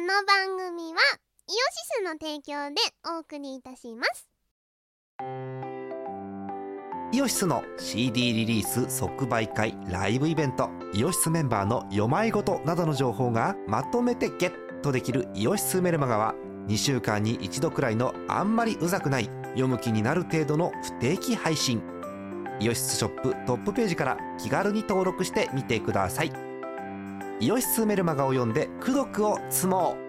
の番組はイオシスの提供でお送りいたしますイオシスの CD リリース即売会ライブイベントイオシスメンバーの読まいごとなどの情報がまとめてゲットできる「イオシスメルマガ」は2週間に1度くらいのあんまりうざくない読む気になる程度の不定期配信イオシスショップトップページから気軽に登録してみてくださいイオシスメルマガを読んで「功徳を積もう」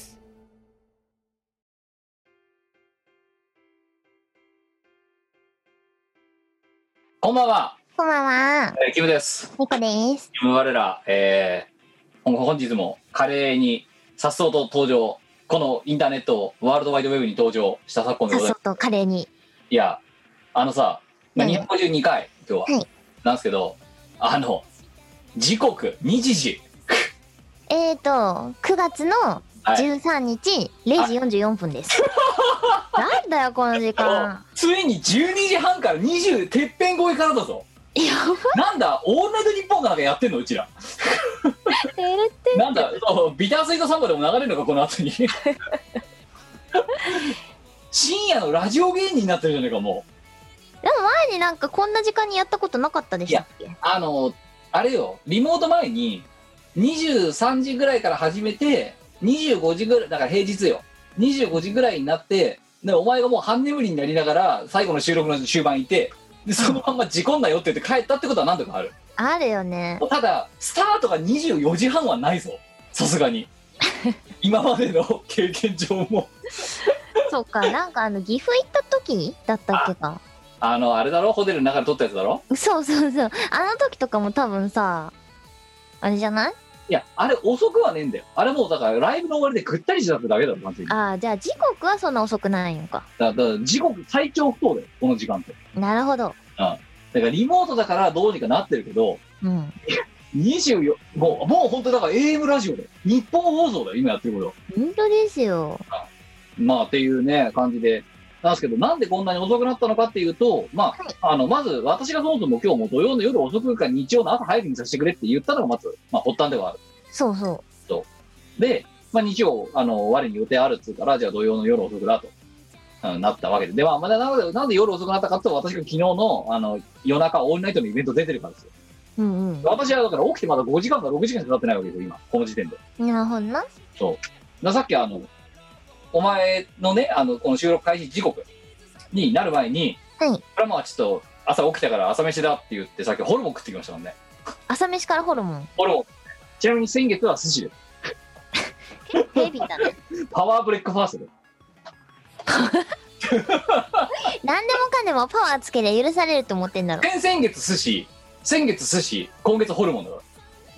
こんばんは、こんばんはえーキムです。みこですキム我ら、えー本本日も華麗に颯爽と登場。このインターネットワールドワイドウェブに登場した昨今でさっございそます。とカレーにいや、あのさ、まあうん252回、今日は、はいなんですけど、あの、時刻、日時、えーと9月のはい13日、0時44分です なんだよこの時間ついに12時半から20、てっぺん越えからだぞ。いやなんだ、オールナイトニッポンかなんかやってんの、うちら。てるってなんだ、そうビタースイートサンバでも流れるのか、この後に。深夜のラジオ芸人になってるじゃないか、もう。でも前になんかこんな時間にやったことなかったでしたっけあの、あれよ、リモート前に、23時ぐらいから始めて、25時ぐらい、だから平日よ、25時ぐらいになって、でお前がもう半眠りになりながら、最後の収録の終盤いて、でそのまんま事故んなよって言って帰ったってことは何とかある。あるよねただ、スタートが24時半はないぞ、さすがに。今までの経験上も。そう かなんかあの岐阜行った時だったっけかあの、あれだろホテルの中で撮ったやつだろそうそうそうあの時とかも多分さあれじゃないいや、あれ遅くはねえんだよ。あれもうだからライブの終わりでぐったりしちゃっただけだろ、完全に。だああじゃあ時刻はそんな遅くないのかだから時刻最長不当だよ、この時間って。なるほどだからリモートだからどうにかなってるけど、うん24、もう、もう本当だから AM ラジオだよ。日本放送だよ、今やってること。本当ですよまあっていうね、感じで。なんですけど、なんでこんなに遅くなったのかっていうと、まあ、あの、まず、私がそもそも今日も土曜の夜遅くから日曜の朝早くにさせてくれって言ったのがまず、まあ、発端ではある。そうそで、まあ、日曜、あの、我に予定あるっつうから、じゃあ土曜の夜遅くだと、うん、なったわけで。で、まあ、まあなんで、なんで夜遅くなったかっていうと私が昨日の、あの、夜中オールナイトのイベント出てるからですよ。ううんうん私はだから起きてまだ5時間か6時間しか経ってないわけですよ、今、この時点で。なるほどなそう。だからさっきあの、お前のね、あの、この収録開始時刻になる前に、はいこれはまあちょっと、朝起きたから朝飯だって言って、さっきホルモン食ってきましたもんね。朝飯からホルモンホルモン。ちなみに先月は寿司です。結構ヘビーだね パワーブレックファーストで。何でもかんでもパワーつけりゃ許されると思ってんだろ先々月寿司先月寿司今月ホルモンだから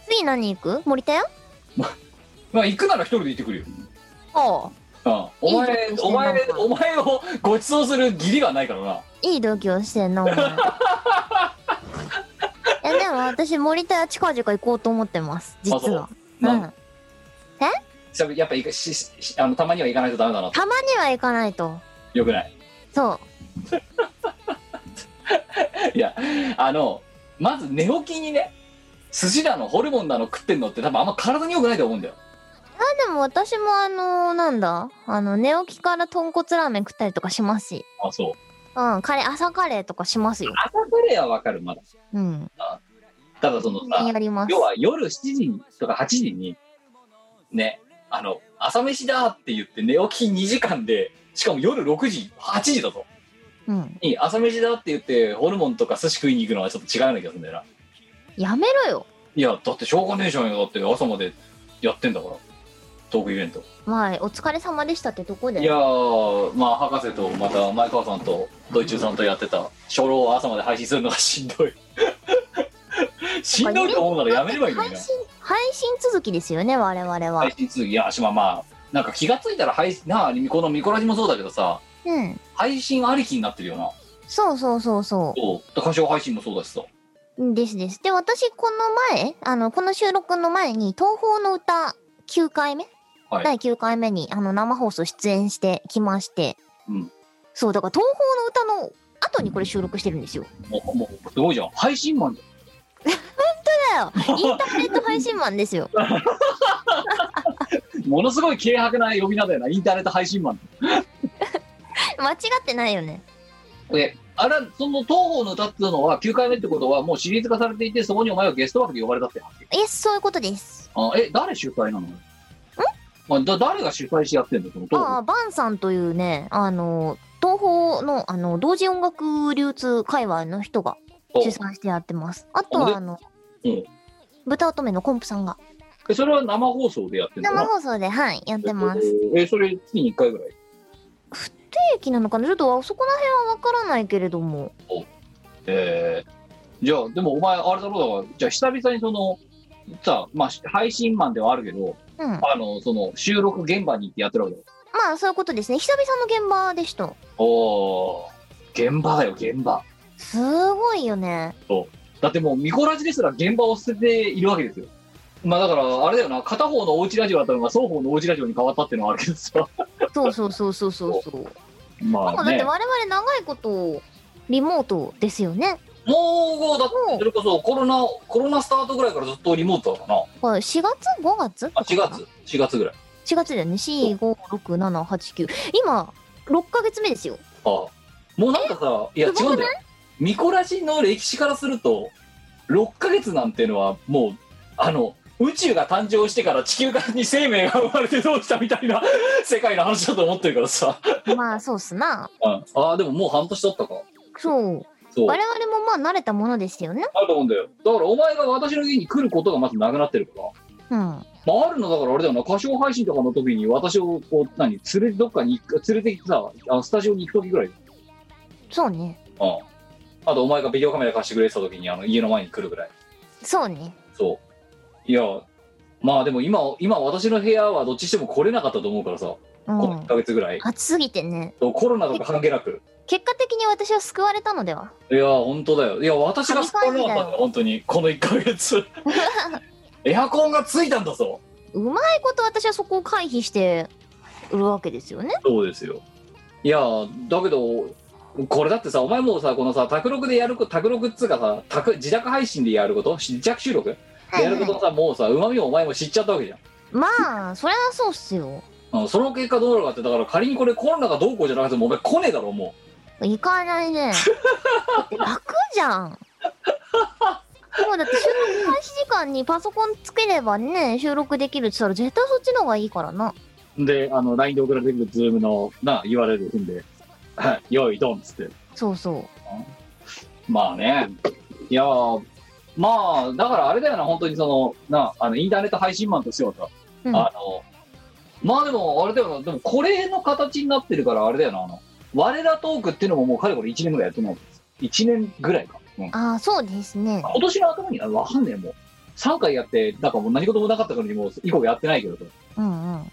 次何行く森田よまあ行くなら一人で行ってくるよ、おううん、お前いいじゃんお前してんのお前をご馳走する義理はないからないい度胸してんなお前 いやでも私森田屋近々行こうと思ってます実はうなんん久々やっぱ行くしししあのたまには行かないとダメだなたまには行かないとよくないそういやあのまず寝起きにね寿司だのホルモンだの食ってんのって多分あんま体に良くないと思うんだよでも私もあのなんだあの寝起きから豚骨ラーメン食ったりとかしますしあそううんカレー朝カレーとかしますよ朝カレーはわかるまだうんただそのさやります要は夜7時とか8時にねあの朝飯だって言って寝起き2時間でしかも夜6時8時だぞうんに朝飯だって言ってホルモンとか寿司食いに行くのはちょっと違うような気がするんだよなやめろよいやだってしょうがねえじゃんよだって朝までやってんだからトークイベントまあお疲れ様でしたってとこいでやーまあ博士とまた前川さんとドイチューさんとやってた初老を朝まで配信するのがしんどいしんどいと思うならやめればいいのに配な信配信続きですよね我々は、配信続きいやしまあまあなんか気がついたら配信なあこのミコラジもそうだけどさうん配信ありきになってるよなそうそうそうそそう歌唱配信もそうだしさうですですで私この前あのこの収録の前に東宝の歌9回目、はい第9回目にあの生放送出演してきまして、うんそうだから東宝の歌の後にこれ収録してるんですよもうもうすごいじゃん配信マンじだよインターネット配信マン ですよゃんものすごい軽薄な呼び名だよなインターネット配信マン間違ってないよねであらその東方の歌っていうのは9回目ってことはもうシリーズ化されていてそこにお前はゲスト枠で呼ばれたって話イエスそういうことですあえ誰主催なのんあだ誰が主催してやってんだよその東ああ方バンさんというねあの東宝のあの同時音楽流通界隈の人が主催してやってますあとあれはあの、うん豚乙女のコンプさんがえそれは生放送でやってんだよ生な放送ではいやってますえーえそれ月に1回ぐらい定期なのかなちょっとそこら辺はわからないけれどもえー、じゃあでもお前あれだろうだからじゃあ久々にそのさまあし配信マンではあるけどうんまあのその収録現場に行ってやってるわけだあそういうことですね久々の現場でしたおおー現場だよ現場すごいよねだってもうミコラジですら現場を捨てているわけですよまあだからあれだよな片方のおうちラジオだったのが双方のおうちラジオに変わったっていうのはあるけどさそうそうそうそうそう そうなんまかあだっねて我々長いことリモートですよねもうだってもうそれこそコロナコロナスタートぐらいからずっとリモートだからなこれ4月5月あ4月4月ぐらい4月だよね456789今6ヶ月目です よああもうなんかさいや違すごうんくだよミコラジの歴史からすると6ヶ月なんていうのはもうあの宇宙が誕生してから地球からに生命が生まれてどうしたみたいな 世界の話だと思ってるからさまあそうっすなああでももう半年経ったかそうそう我々もまあ慣れたものですよねあると思うんだよだからお前が私の家に来ることがまずなくなってるかうらんまあ、あるのだからあれだよな歌唱配信とかの時に私をこう何連れてどっかに行く連れて行くさあのスタジオに行く時ぐらいそうねあああとお前がビデオカメラ貸してくれてた時にあの家の前に来るぐらいそうねそういやまあでも今今私の部屋はどっちにしても来れなかったと思うからさ、うこの1んヶ月ぐらい暑すぎてねコロナとか関係なく結果的に私は救われたのではいや本当だよいや私が救われなかったんだよ本当にこの1ヶ 月エアコンがついたんだぞうまいこと私はそこを回避してるわけですよねそうですよいやだけどこれだってさお前もうさこのさ卓録でやるこ卓録っつうかさ宅自宅配信でやることし自宅収録でやることのさもうさうまみをお前も知っちゃったわけじゃんまあそりゃそうっすようんその結果どうなるかってだから仮にこれコロナがどうこうじゃなくてもお前来ねえだろも行かないねだ って楽じゃんもうだって収録開始時間にパソコンつければね収録できるって言ったら絶対そっちの方がいいからなうであの LINE で送られてくる Zoom のな URL 踏んで「よいドン」っつってそうそまあねいやまあだからあれだよな本当にそのなあのインターネット配信マンとしてはさう、うん、あの、まあでも、あれだよな、でもこれの形になってるから、あれだよな、あの、我らトークっていうのももうかれこれ1年ぐらいやってないです。1年ぐらいか。うん。ああそうですね今年の頭に、あわかんねえ、もう。3回やって、なんかもう何事もなかったからにもう以降やってないけどと。いうんうん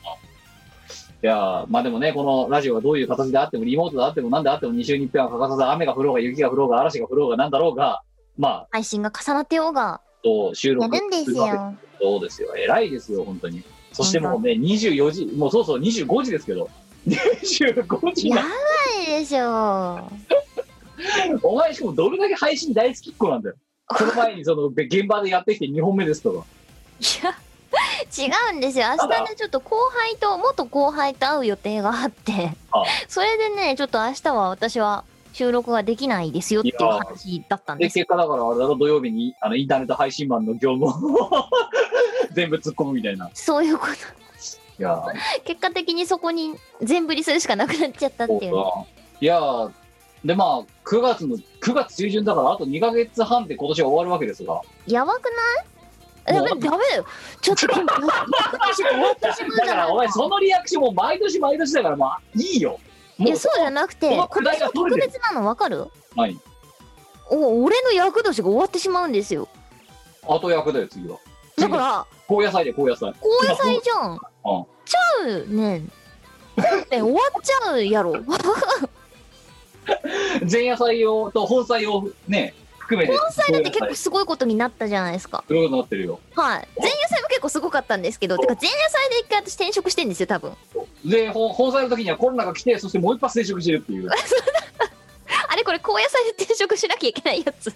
やー、まあでもね、このラジオがどういう形であっても、リモートであっても、なんであっても、2週に1回は欠かさず、雨が降ろうが、雪が降ろうが、嵐が降ろうが、なんだろうが、まあ、配信が重なってようがと収や録るんですわけよそうですよ、偉いですよ、本当に。そしてもうね、24時、もうそうそう25時ですけど、25時やなばいでしょお前しかもどれだけ配信大好きっ子なんだよ。この前にそので現場でやってきて2本目ですとか。いや違うんですよ明日ねちょっと後輩と元後輩と会う予定があってあそれでねちょっと明日は私は収録ができないですよっていう話だったんで、です結果だからあれだろ、土曜日にあのインターネット配信マンの業務を 全部突っ込むみたいな。いそういうことやー、結果的にそこに全振りするしかなくなっちゃったってそいううねか。いやー、でまあ、9月の、9月中旬だからあと2ヶ月半で今年は終わるわけですが。やばくないもダうメダメだよちょっと 今度私終わってしまうだじかゃならおい前かそのリアクションも毎年毎年だからまあ、いいよ。いもやそうじゃなくてこのこくだりが特取れてる。別なの分かるはい。お俺の役年が終わってしまうんですよ後役だよ、次は。だから高野菜で高野菜高野菜じゃんうんちゃうね ん本編終わっちゃうやろ本前野菜用と本菜用ね含めて菜だって結高野構すごいことになったじゃないですかそういうことになってるよはい前夜祭も結構すごかったんですけどてか前夜祭で一回私転職してんですよ多分で本本菜の時にはコロナが来てそしてもう一発接触してるっていうあれこれ高野菜で転職しなきゃいけないやつ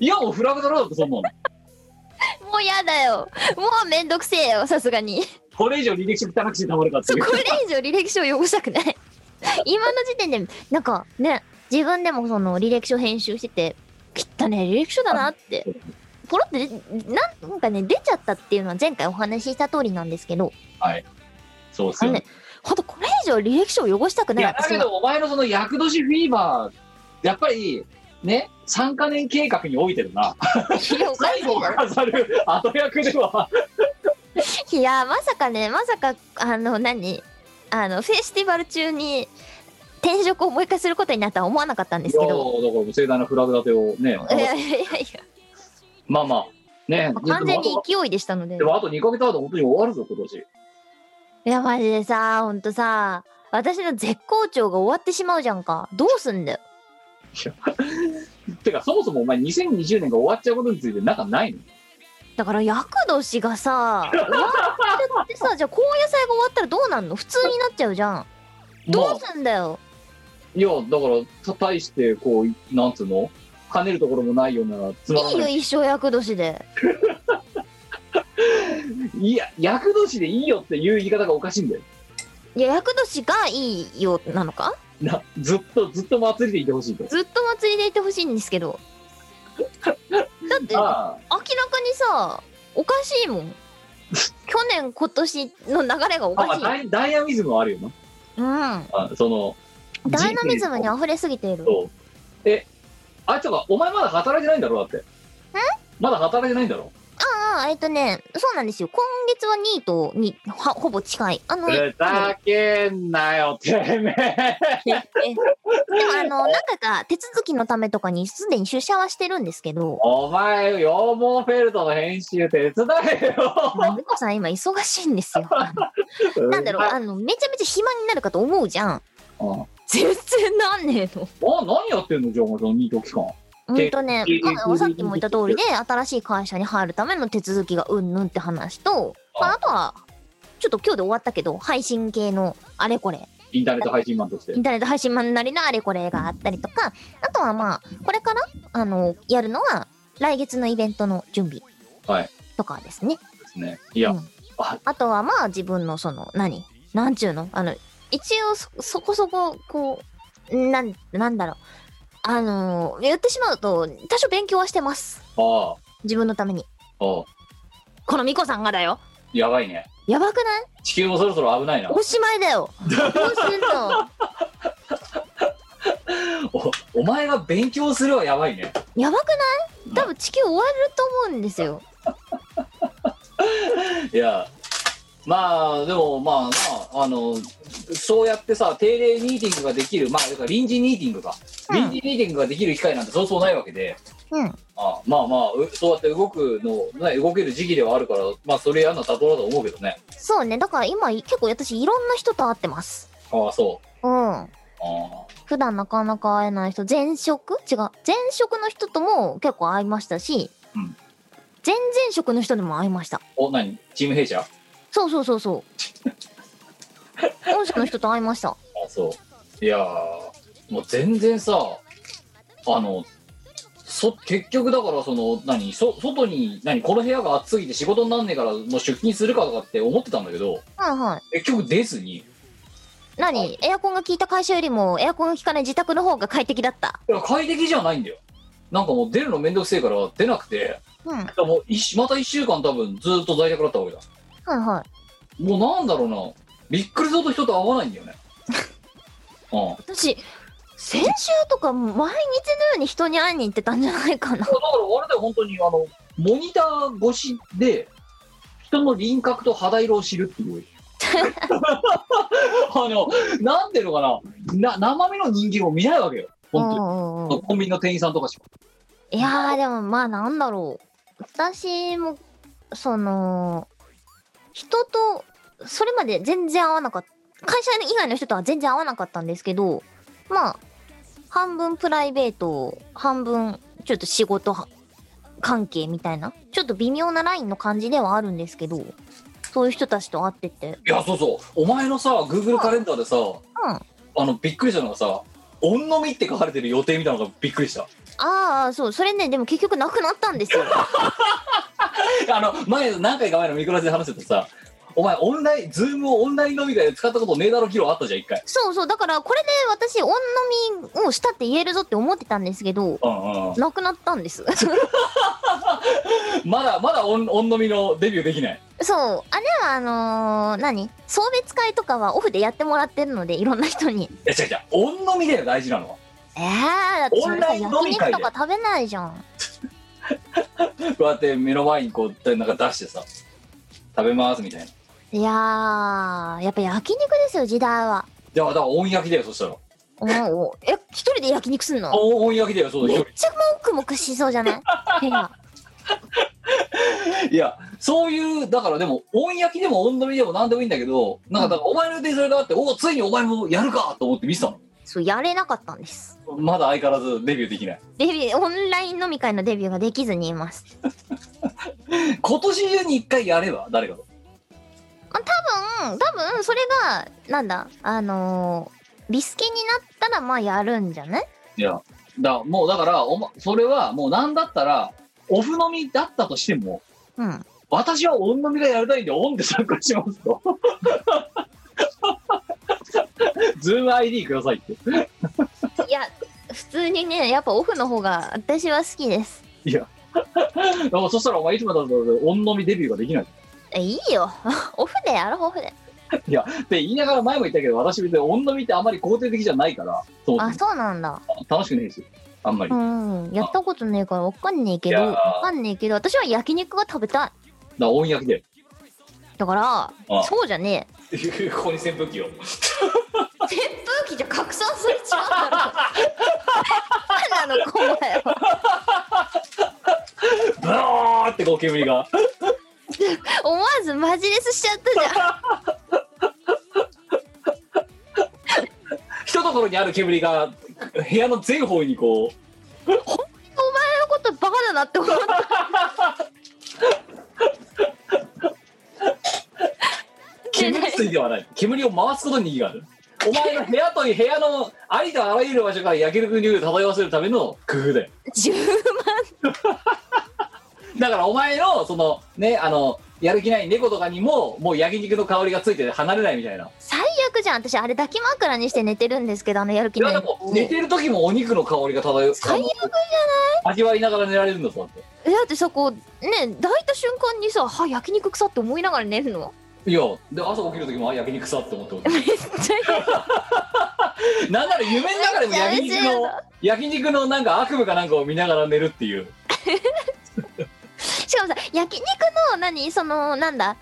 いやもうフラグだろうだってそんなのもうやだよもうめんどくせえよさすがにこれ以上履歴書汚くしてたまるかって そういうこれ以上履歴書を汚したくない 今の時点でなんかね自分でもその履歴書編集しててきったね履歴書だなってポロってでなんなんかね出ちゃったっていうのは前回お話しした通りなんですけどそうっすあのよねほんとこれ以上履歴書を汚したくいないやだ私けはどお前のその厄年フィーバーやっぱりね3か年計画においてるな いやおかし最い後をだろ飾る後役ではいやまさかねまさかあの何あのフェスティバル中に転職をもう一回することになったは思わなかったんです いけやだからどもう盛大なフラグ立てをねいやいやいやいやまあまあねまあ完全に勢いでしたのででもあと2ヶ月あと本当に終わるぞ今年いやマジでさほんとさ私の絶好調が終わってしまうじゃんかどうすんだよてかそもそもお前2020年が終わっちゃうことについてなんかないのだから厄年がさ終わっちゃって さじゃあ高野菜が終わったらどうなんの普通になっちゃうじゃんどうまあすんだよいやだから大してこうなんつうの跳ねるところもないようなつまらいいよない一生厄年でいや厄年でいいよっていう言い方がおかしいんだよいや厄年がいいよなのかなずっとずっと祭りでいてほしいとずっと祭りでいてほしいんですけどだって明らか ああにさおかしいも ん去年今年の流れがおあまかあしいダイダイナミズムはあるよなうんあそのダイナミズムに溢れすぎているそうえあいつがお前まだ働いてないんだろだってまだ働いてないんだろああ、えっとね、そうなんですよ。今月はニートにはほぼ近い。あの、ふざけんなよてめえええでもあの、なんかが手続きのためとかにすでに出社はしてるんですけど、お前羊毛フェルトの編集手伝えよ美子さん今忙しいんです よ。あの なんだろう、あの、めちゃめちゃ暇になるかと思うじゃん。うんあ全然なんねえの。何やってんのじゃあお前そのニート期間うんとねで、まあさっきも言った通りで、新しい会社に入るための手続きがうんぬんって話と、まあ、あとは、ちょっと今日で終わったけど、配信系のあれこれ、インターネット配信マンとしてインターネット配信マンなりのあれこれがあったりとか、あとはまあ、これから、あの、やるのは、来月のイベントの準備はいとかですね。ですねいや、うんあとはまあ、自分のその、何なんちゅうのあの、一応そ、そこそこ、こう、なん、なんだろう。あの、言ってしまうと、多少勉強はしてます。ああ自分のために。ああこのミコさんがだよ。やばいねやばくない地球もそろそろ危ないなおしまいだよ。どうすんのおお前が勉強するはやばいねやばくない多分地球終わると思うんですよ。いやまあでもまあまああのそうやってさ定例ミーティングができるまあだから臨時ミーティングか、うん臨時ミーティングができる機会なんてそうそうないわけでうん。あまあまあうそうやって動くの、ね、動ける時期ではあるからまあそれやるのは妥当だと思うけどねそうね。だから今、結構私、いろんな人と会ってます。ああそううん。あ普段なかなか会えない人、前職違う。前職の人とも結構会いましたし、うん前々職の人にも会いました。あお何チーム弊社あそうそうそう そう。本社の人と会いました。そういやーもう全然さあのそ結局だからその何そ外に何この部屋が暑すぎて仕事になんねえからもう出勤するかとかって思ってたんだけどはいはい。結局出ずに何エアコンが効いた会社よりも、エアコンが効かない自宅の方が快適だった。いや快適じゃないんだよなんかもう出るのめんどくせえから出なくてうん。はいもう一また1週間多分ずっと在宅だったわけだはもうなんだろうなびっくりすると人と会わないんだよねうんい。私、先週とか毎日のように人に会いに行ってたんじゃないかな。だからあれだよ本当にあのモニター越しで人の輪郭と肌色を知るっていうあのなんていうのかなな生身の人間を見ないわけよ本うんうんうん当にコンビニの店員さんとかしかいやーでもまあなんだろう私もその、人と、それまで全然会わなかった。会社以外の人とは全然会わなかったんですけど、まあ、半分プライベート、半分ちょっと仕事は関係みたいな、ちょっと微妙なラインの感じではあるんですけど、そういう人たちと会ってて、いやそうそうお前のさ Google カレンダーでさ、あのびっくりしたのがさ「おんのみ」って書かれてる予定みたいなのがびっくりしたああ、そう、それね、でも結局なくなったんですよ。あの前何回か前のミクラジで話してたさお前オンラインズームをオンライン飲み会で使ったことねえだろ議論あったじゃん一回そうそう、だからこれで私、オン飲みをしたって言えるぞって思ってたんですけど、うんうんうんなくなったんです。 まだまだオンオン飲みのデビューできないそう。あれは、あのー何送別会とかはオフでやってもらってるので、いろんな人に。 いや違う違うオン飲みだよ大事なのはえー、だってそれさオンライン飲焼み肉会でとか食べないじゃん。こうやって目の前にこうなんか出してさ食べますみたいないやー、やっぱ焼肉ですよ、時代は。やだからオン焼きだよそしたらおお え、一人で焼肉すんのオン焼きだよそうだめ一っちゃもくもくしそうじゃ ない部屋人いやそういうだからでもオン焼きでもオン飲みでも何でもいいんだけどなんかだからお前の予定それがあっておついにお前もやるかと思って見てたそう、やれなかったんです。のまだ相変わらずデビューできないデビュー、オンライン飲み会のデビューができずにいます。今年中に一回やれば誰かとうん、多分それが、なんだ、あのー、ビスケになったら、まあやるんじゃねいやだもうだからお、ま、それはもう何だったらオフ飲みだったとしてもうん。私はオン飲みがやりたいんでオンで参加しますと ズーム ID くださいっていや、普通にね、やっぱオフの方が私は好きです。だからそしたらお前いつまでたってオン飲みデビューができないえいいよ。 オフでやろう、オフで。って言いながら前も言ったけど私別にオン飲みってあんまり肯定的じゃないからそうあ、そうなんだ。楽しくねえしあんまり、うん。やったことねえからわかんねえけど、いやーわかんねえけど、私は焼肉が食べたい。だ音訳でだから、あそうじゃねえ。ここに扇風機を扇風機じゃ拡散する違うんだろ。なんなのか、お前は。ブワーってこう煙が思わずマジレスしちゃったじゃん。一ところにある煙が部屋の全方位にこうお前のことバカだなって思った。煙水ではない煙を回すことに意義があるお前の部屋と部屋のありとあらゆる場所から焼ける国を漂わせるための工夫だよ10だからお前のそのねあのやる気ない猫とかにももう焼肉の香りがついて離れないみたいな最悪じゃん私あれ抱き枕にして寝てるんですけどあのやる気いやないでも寝てる時もお肉の香りが漂う最悪じゃない味わいながら寝られるんだそうだっえだってさこうね抱いた瞬間にさは焼肉臭って思いながら寝るの ていやで朝起きる時もあ焼肉臭って思ってめっ ちゃなんなら夢の中でも焼めっ肉ちゃの焼肉のなんか悪夢かなんかを見ながら寝るっていうしかもさ焼肉の何そのなんだ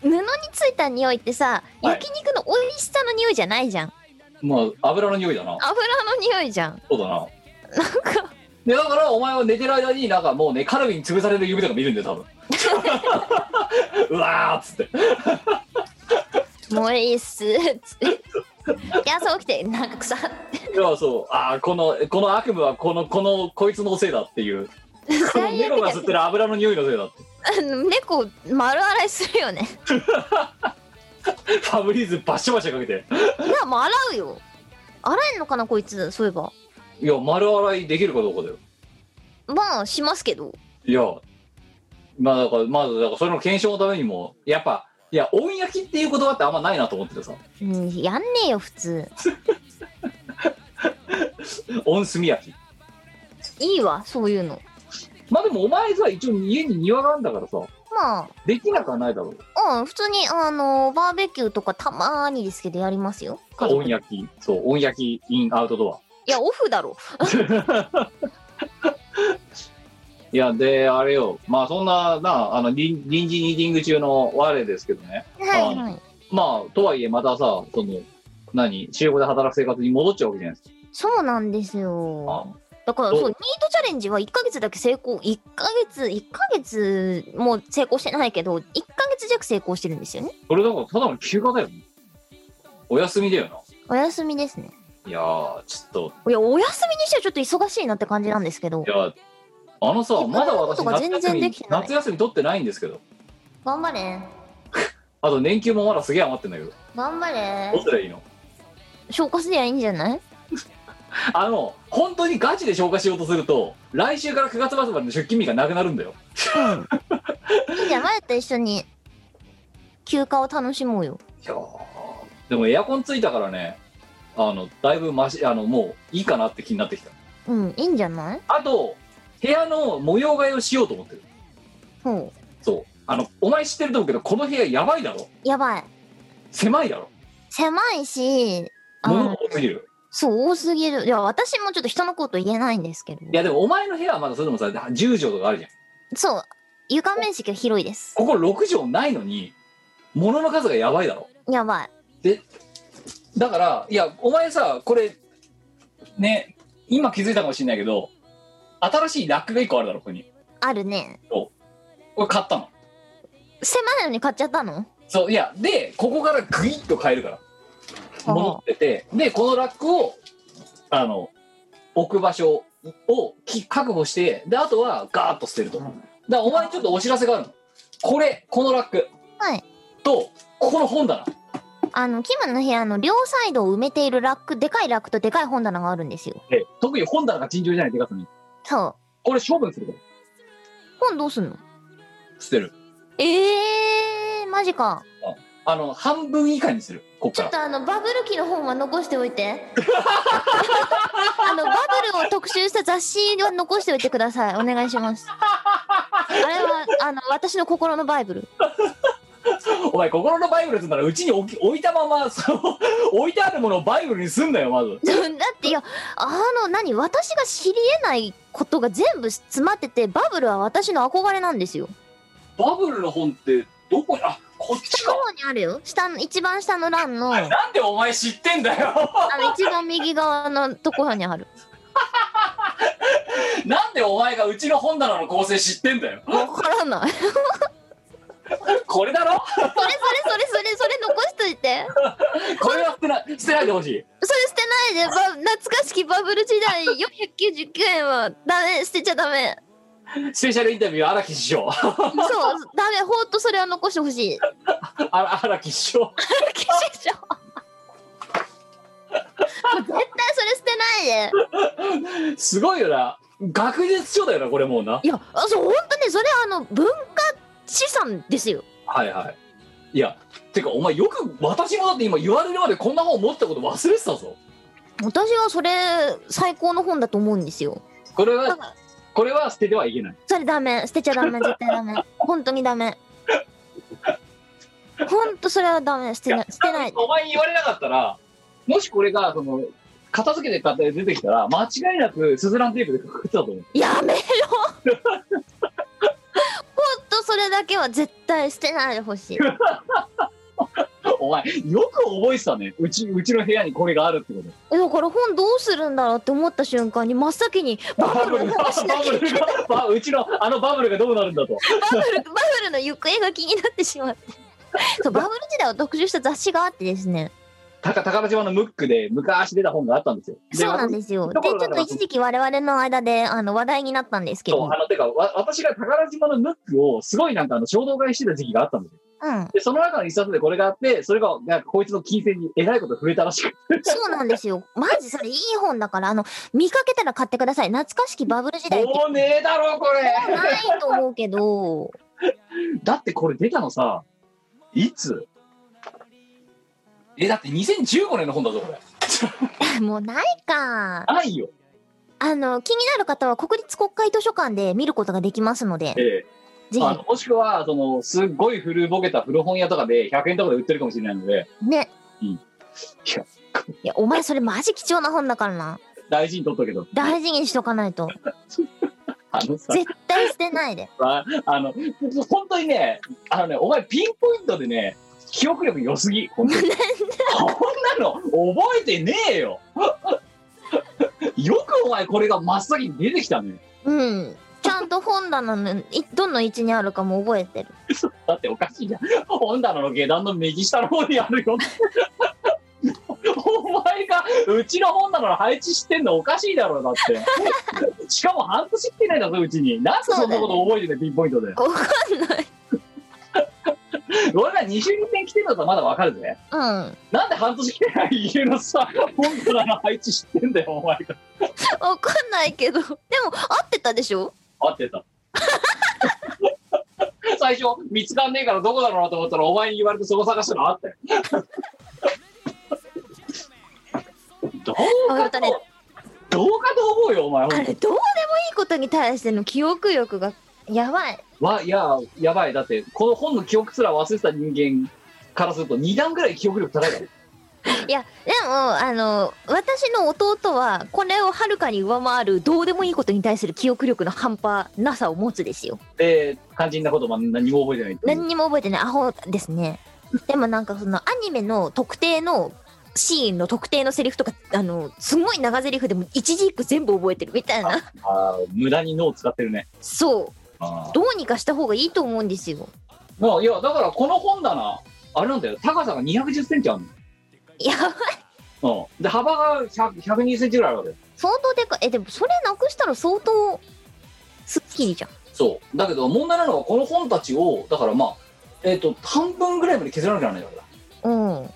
布についた匂いってさ、はい焼肉の美味しさの匂いじゃないじゃんまあ油の匂いだな油の匂いじゃんそうだなでだからお前は寝てる間になんかもうねカルビに潰される夢とか見るんだよ多分うわーっつってもういいっすつっ てで朝起きてなんか臭っいやそうああこのこの悪夢はこのこのこいつのせいだっていうこの最ネロが悪吸ってる油の匂いのせいだってじゃん猫丸洗いするよねファブリーズバシャバシャかけていやもう洗うよ洗えんのかなこいつそういえばいや丸洗いできるかどうかだよまあしますけどいやまあだからまずだからそれの検証のためにもやっぱいや音焼きっていう言葉ってあんまないなと思っててさうんやんねえよ普通音炭焼きいいわそういうのまあでもお前さ一応家に庭があるんだからさまできなくはないだろうあうん普通にあのバーベキューとかたまーにですけどやりますよ家族音焼きそう音焼きインアウトドアいやオフだ ろいやであれよまあそんななあの臨臨時ミーティング中の我ですけどねはいはいまあとはいえまたさその何週5で働く生活に戻っちゃうわけじゃないですかそうなんですよだから、おそう、ニートチャレンジは1ヶ月だけ成功、1ヶ月、1ヶ月もう成功してないけど、1ヶ月弱成功してるんですよね。それだからただの休暇だよねお休みだよなお休みですね。いやーちょっいや、お休みにしてはちょっと忙しいなって感じなんですけどとい、やあのさいまだ私こんなことが夏全休然でみきてない夏休み取ってないんですけど頑張れ。あと年休もまだすげえ余ってんだけど頑張どうれ。すりゃいいの消化すりゃいいんじゃないあの本当にガチで消化しようとすると来週から9月末までの出勤日がなくなるんだよいいじゃん、マヤと一緒に休暇を楽しもうよ。いやーでもエアコンついたからねあのだいぶマシあのもういいかなって気になってきたうん、いいんじゃないあと部屋の模様替えをしようと思ってるほそうあのお前知ってると思うけどこの部屋やばいだろう。やばい。狭いだろ狭いし、あ物のが多すぎるそう、多すぎる。いや、私もちょっと人のこと言えないんですけど。いやでもお前の部屋はまだそれでもさ10畳とかあるじゃんそう、床面積が広いです。ここ6畳ないのに物の数がやばいだろやばい。だからいやお前さこれね今気づいたかもしれないけど新しいラックが1個あるだろここにあるね。これ買ったの狭いのに買っちゃったのそういやでここからグイッと変えるからほう戻っててでこのラックをあの置く場所をき確保してであとはガーッと捨てるとだからお前にちょっとお知らせがあるのこれこのラックはい。とここの本棚あの、キムの部屋の両サイドを埋めているラック、でかいラックとでかい本棚があるんですよ。で特に本棚が尋常じゃないでかさにそう。これ処分するから本どうすんの捨てるええー、マジか。あの半分以下にするこっちかょっらとあの、バブル期の本は残しておい て。あの、バブルを特集した雑誌を残しておいてください。お願いします。あれは、あの、私の心のバイブル。 お前心のバイブルするならうちに置き置いたま まその置いてあるものをバイブルにすんなよまずだっていやあの何私が知り得ないことが全部詰まっててバブルは私の憧れなんですよバブルの本ってどこにあこっち下の方にあるよ下の一番下の欄 のあの なんでお前知ってんだよ 一番右側のところにあるなんでお前がうちの本棚の構成知ってんだよわからないそれこれだろそれそれそれそれ残しといてこれは捨てな捨てないでほしいそれ捨てないでば懐かしきバブル時代499円はダメ捨てちゃダメスペシャルインタビュー荒木師匠 そうダメほんとそれは残してほしい あ荒木師匠消しちゃおうもう絶対それ捨てないですごいよな学術書だよなこれもうないや、あそう、本当ね、それあの文化資産ですよ。はいはいいやてかお前よく私もだって今言われるまでこんな本持ってたこと忘れてたぞ私はそれ最高の本だと思うんですよ。これだはからこれは捨ててはいけないそれダメ、捨てちゃダメ、絶対ダメ。本当にダメ。本当それはダメ、捨てない、捨てない。お前に言われなかったらもしこれがその片付けてたって出てきたら間違いなくスズランテープで隠ってたと思うやめろ。本当それだけは絶対捨てないでほ しい。お前よく覚えてたねうちうちの部屋にこれがあるってことえだから本どうするんだろうって思った瞬間に真っ先にバブル の話しなバきゃブいけルないがバうちのあのバブルがどうなるんだとバブル、バブルの行方が気になってしまって。そう、バブル時代を特集した雑誌があってですね。たか宝島のムックで昔出た本があったんですよそうなんすですよ。私で、ちょだかっらと一時期我々の間で、あの、話題になったんですけそうど。あのてかわ私が宝島のムックをすごいなんかあの衝動買いしてた時期があったんですようん。でその中の一冊でこれがあってそれがなんかこいつの金銭にえらいこと触れたらしくそうなんですよ。マジそれいい本だから、あの、見かけたら買ってください。懐かしきバブル時代ってもうねえだろこれないと思うけど、 だってこれ出たのさいつえだって2015年の本だぞこれもうないか。ないよあの、気になる方は国立国会図書館で見ることができますのでえ、えぜあのもしくはそのすっごい古ぼけた古本屋とかで100円とかで売ってるかもしれないのでひ、ね。うんいやや、お前それマジ貴重な本だからな。大事に取っとくけど大事にしとかないと。あのさ絶対捨てないで。 ああの本当にねあのねお前ピンポイントでね記憶力良すぎ本当にこんなの覚えてねえよよくお前これが真っ先に出てきたねうん。ちゃんと本棚のいどの位置にあるかも覚えてる。 だっておかしいじゃん本棚の下段の右下の方にあるよお前がうちの本棚の配置知ってんのおかしいだろだってしかも半年来てないんだぞうちになんでそんなこと覚えててピンポイントでわかんない。俺が2週に点来てんだったらまだわかるぜうん。なんで半年来てない家のさ本棚の配置知ってんだよお前がわかんないけど。でも、合ってたでしょ合ってた 最初見つかんねえからどこだろうなと思ったらお前に言われてそこ探したのあっ たよどうあかととねどうかと思うよお前あほんれ、どとうでもいいことに対しての記憶力がやばい。わいややばいだってこの本の記憶すら忘れてた人間からすると2段ぐらい記憶力高いからいや、でも、あの、私の弟は、これをはるかに上回る、どうでもいいことに対する記憶力の半端なさを持つですよ。で肝心なことも何も覚えてないっていう何にも覚えてない、アホですね。でもなんかその、アニメの特定の、シーンの特定のセリフとか、あの、すごい長セリフでも一字一句全部覚えてるみたいな。あー無駄に脳を使ってるねそう。あーどうにかした方がいいと思うんですよ。まあいやだからこの本棚あれなんだよ高さが2 1 0ンチあるやばい。の、うん、で幅が100 120センチぐらいあるわけよ相当でかい。え、でもそれなくしたら相当、すっきりじゃん。そうだけど問題なのはこの本たちをだからまあえっ、と半分ぐらいまで削らなきゃならないからうん。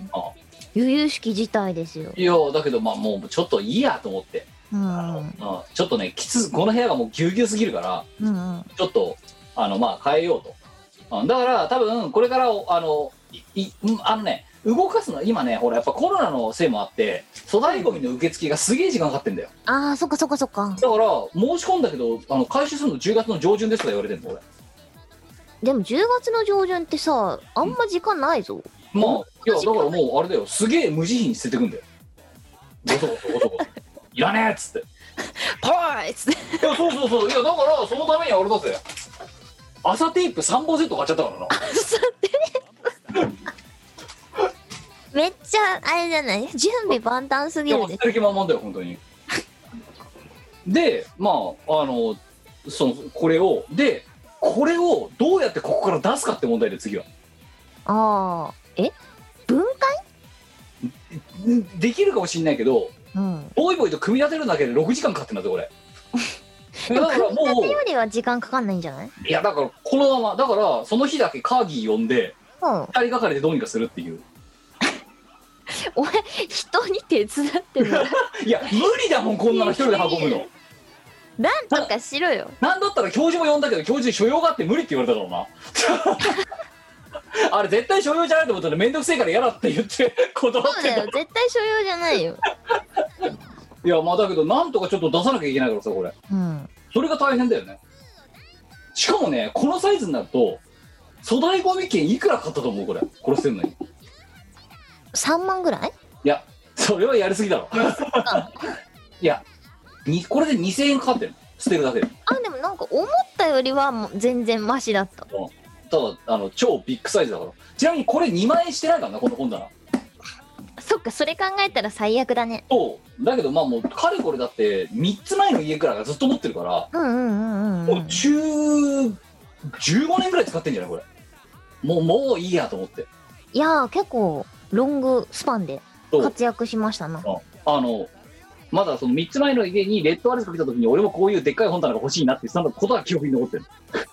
悠々しき事態ですよ。いやだけどまあもうちょっといいやと思ってうん。ううんんちょっとねきつこの部屋がもうぎゅうぎゅうすぎるからうん。ちょっとあのまあ変えようと、うんだから多分これからあのいいうんあのね動かすの今ねほらやっぱコロナのせいもあって粗大ゴミの受付がすげえ時間かかってんだよああ、そっかそっかそっか。だから申し込んだけどあの回収するの10月の上旬ですとか言われてんの俺でも10月の上旬ってさ、あんま時間ないぞ。まあいやだからもうあれだよすげえ無慈悲に捨ててくんだよごそごそごそごそいらねえっつってパーイつって。いやそうそうそういやだからそのために俺だって朝テープ3本セット買っちゃったからなめっちゃ、あれじゃない準備万端すいぎやるもうで捨す。てる気満々だよ本当にでまああのそのこれをでこれをどうやってここから出すかって問題で次はああ。え分解んできるかもしれないけどうん。ボイボイと組み立てるだけで6時間かかってんだぞこれでだもから組み立もてよりは時間かかんないんじゃないういやだからこのままだからその日だけカーギー呼んで ん。 2人がかりでどうにかするっていうお前、人に手伝ってるいや無理だもんこんなの一人で運ぶのなんとかしろ よ。なんだったら教授も呼んだけど教授所用があって無理って言われたからな あれ絶対所用じゃないと思ったら面倒くせえから嫌だって言って 断っそうてだたよ。絶対所用じゃないよ。いやまあだけどなんとかちょっと出さなきゃいけないからさこれうん。それが大変だよねしかもねこのサイズになると粗大ゴミ券いくら買ったと思うこれこれ捨てるのにい3万ぐらいやそれはやりすぎだろいやにこれで2000円かかってる捨てるだけであ、でもなんか思ったよりはもう全然マシだった。ただあの超ビッグサイズだからちなみにこれ2万円してないからなこの本棚そっか、それ考えたら最悪だね。そうだけどまあもうかれこれだって3つ前の家くらいがずっと持ってるから、うんうんうんうん、う。もうん10 15年ぐらい使ってんじゃないこれもうもういいやと思っていやー、結構、ロングスパンでそう活躍しましたな。あのまだその3つ前の家にレッドアレスが来た時に俺もこういうでっかい本棚が欲しいなってそのことは記憶に残ってる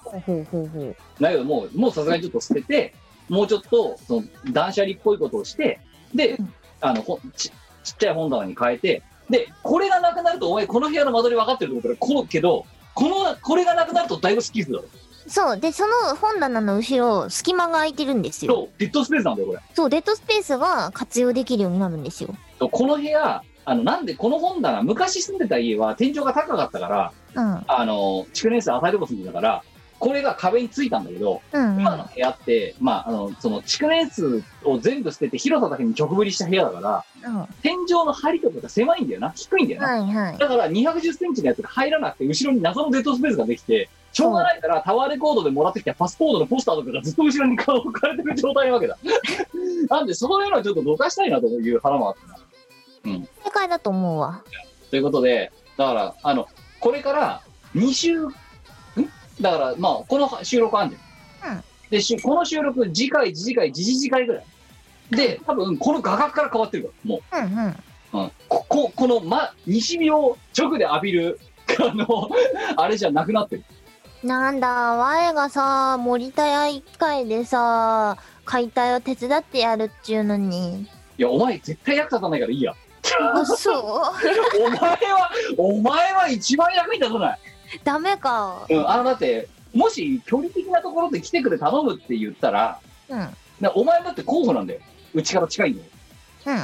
ほうほうほうほう。だけどもうもうさすがにちょっと捨ててもうちょっとその断捨離っぽいことをしてで、うんあのほんちちっちゃい本棚に変えてでこれがなくなるとお前この部屋の間取り分かってると思うからこうけどこのこれがなくなるとだいぶスッキリするだろそう。で、その本棚の後ろ、隙間が空いてるんですよ。そうデッドスペースなんだよこれそう、デッドスペースが活用できるようになるんですよ。そうこの部屋あのなんでこの本棚昔住んでた家は天井が高かったからうん。あの築年数浅いとこ住んでたからこれが壁についたんだけどうん、うん。今の部屋って、まあ、あのその築年数を全部捨てて広さだけに直振りした部屋だからうんは天井の針とかが狭いんだよな低いんだいよな、はい。だから210センチのやつが入らなくて後ろに謎のデッドスペースができてしょうがないからタワーレコードでもらってきたパスポートのポスターとかがずっと後ろに顔を置かれてる状態なわけだ なんでそのようなちょっとどかしたいなという腹もあってな正解だと思うわ。ということで、だから、あの、これから2週、んだから、まあ、この収録あんじゃん。うんでし、この収録、次回、次回、次々次回ぐらい。で、多分、この画角から変わってるから、もうんうん。う。うん、こここの、ま、西日を直で浴びる、 あの、あれじゃなくなってる。なんだ、我がさ、森田屋一回でさ、解体を手伝ってやるっちゅうの に。いや、お前絶対役立たないからいいや。 あ、そうお前は、お前は一番役に立たない。ダメか。うん、あの、だって、もし距離的なところで来てくれ頼むって言ったら、うん。うん。なお前だって候補なんだよ。うちから近いんだよ。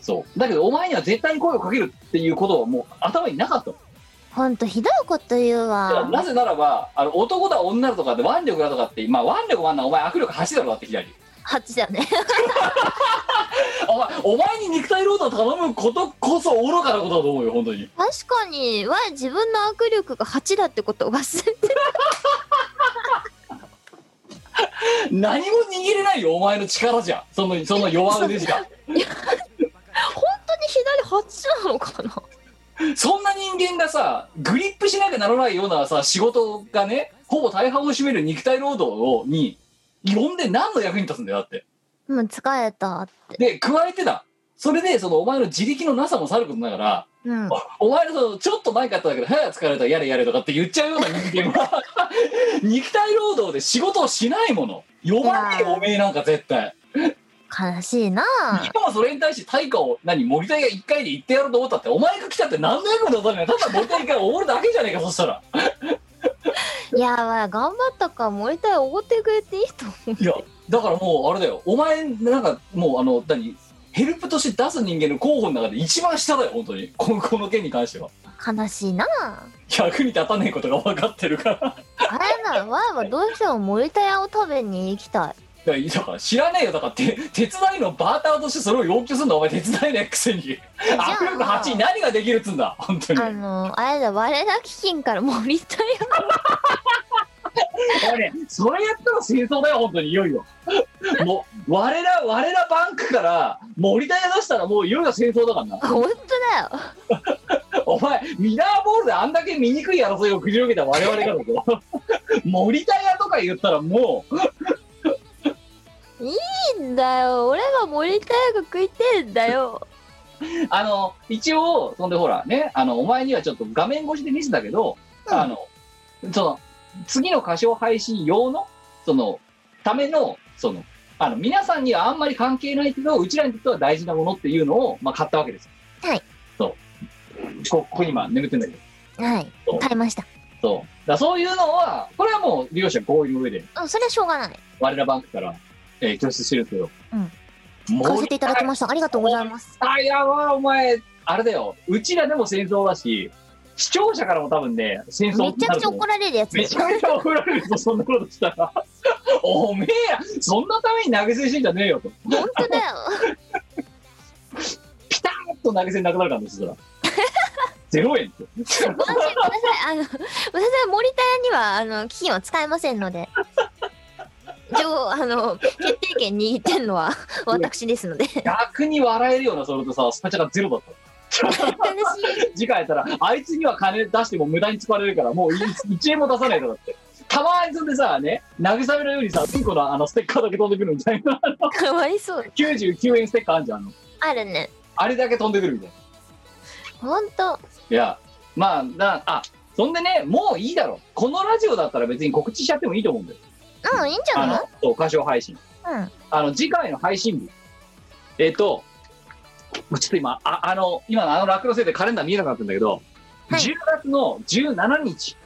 そう。だけど、お前には絶対に声をかけるっていうことはもう頭になかったの。ほんとひどいこと言うだからわ。なぜならば、あの男だ、女だとかで腕力だとかって、まあ腕力はあんな、お前握力8だろだって左。初だね。お前、お前に肉体労働を頼むことこそ愚かなことだと思うよ、本当に。確かに、我自分の握力が8だってことを忘れて。何も握れないよ、お前の力じゃ。その、その弱腕しか。本当に左8なのかなそんな人間がさ、グリップしなきゃならないようなさ、仕事がね、ほぼ大半を占める肉体労働を、に、呼んで何の役に立つんだよ、だって。もう疲れたって。で、加えてだ。それで、その、お前の自力のなさもさることながら、うん。お前のその、ちょっと前かっただけど、早く疲れた、やれやれとかって言っちゃうような人間は、肉体労働で仕事をしないもの。呼ばないいよ、やーおめえなんか絶対。悲しい なしかもそれに対して対価を、何、森田が一回で言ってやろうと思ったって、お前が来たって何の役に立たない。ただ森田一回おごるだけじゃねえか、そしたら。いやばい、頑張ったから森田屋おごってくれていいと思う。いやだからもうあれだよお前なんかもうあの何ヘルプとして出す人間の候補の中で一番下だよ本当にこのこの件に関しては悲しいな役に立たねえことが分かってるから だかあれな ら、我はどうしても森田屋を食べに行きたい。らだから知らねえよだからて手伝いのバーターとしてそれを要求するのお前手伝いねえくせにゃあ握力8に何ができるっつんだ本当にあの、あれだ、我ら基金から森田屋。おいねそれやったら戦争だよ本当にいよいよもう我ら我らバンクから森田屋出したらもういよいよ戦争だからなほんとだよ。お前、ミラーボールであんだけ醜い争いを繰り広げた我々がだ ぞ。森田屋とか言ったらもう、いいんだよ。俺は森田屋が食いてえんだよ。あの、一応、そんでほらね、あの、お前にはちょっと画面越しで見せたけど、うんあの、その、次の歌唱配信用の、その、ための、その、あの、皆さんにはあんまり関係ないけど、うちらにとっては大事なものっていうのを、まあ、買ったわけです。はい。そう。こここに今眠ってんだけど。はいそう。買いました。そう。だからそういうのは、これはもう、利用者合意の上で、うん、それはしょうがない。我らバンクから、えー、拠出してるけど、うん、買わ森せていただきました。ありがとうございます。田屋はお前あれだようちらでも戦争だし視聴者からも多分ね戦争めちゃくちゃ怒られるやつめでちしゃょ。くちゃ怒られるぞそんなことしたら おめえやそんなために投げ銭してんじゃねえよとほんとだよ。ピタッと投げ銭なくなるからねそ したらゼロ円ってご安心ください。あの、私は森田屋には、あの、基金は使えませんので。一応、あの、決定権握ってんのは、私ですので。悲逆に笑えるようなそれとさスパチャがゼロだったし次回やったら、あいつには金出しても無駄に使われるから、もうい1円も出さないとだって。たまにそんでさ、ね、慰めのようにさ、うんこのあのステッカーだけ飛んでくるみたいな、 い。かわいそう。 99円ステッカーあんじゃん、あのあるね。あれだけ飛んでくるみたいな。ほんと。いや、まあ、なあ、そんでね、もういいだろ。このラジオだったら別に告知しちゃってもいいと思うんだよ。うん、いいんじゃあないの、そう、歌唱配信。うん。あの、次回の配信日。えっ、と、ちょっと今、ああの、今のあの落のせいでカレンダー見えなくなったんだけど、はい10月の17日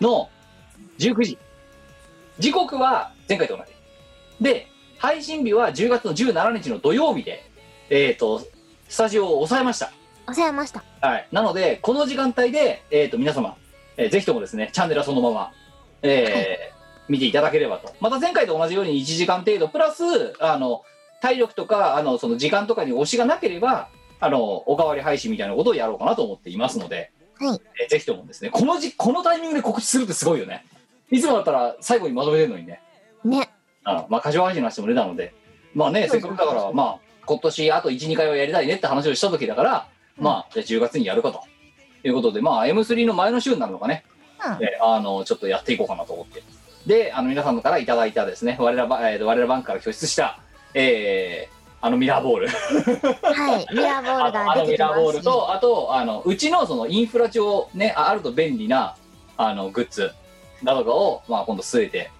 の19時。時刻は前回と同じ。で、配信日は10月の17日の土曜日で、えっ、と、スタジオを抑えました。抑えました。はい。なので、この時間帯で、えっ、と、皆様、えーぜひともですね、チャンネルはそのまま、えーは見ていただければと。また前回と同じように1時間程度、プラス、あの、体力とか、あの、その時間とかに推しがなければ、あの、おかわり配信みたいなことをやろうかなと思っていますので、はいえーぜひともですね、このじ、このタイミングで告知するってすごいよね。いつもだったら最後にまとめてるのにね。ね。あのまあ、過剰配信の話も出たので、まあね、せっかくだから、まあ、今年あと1、2回はやりたいねって話をした時だから、まあ、じゃあ10月にやるかということで、まあ、M3 の前の週になるのかね、うんえあのちょっとやっていこうかなと思って。で、あの皆さんからいただいたですね、我らば、えー、我らバンクから拠出した、えーあのミラーボール、はい、ミラーボールあのあがの出てミきまラす。ーボールと、あと、あのうちのそのインフラ上、ね、ああると便利なあのグッズなどかを、まあ、今度据えて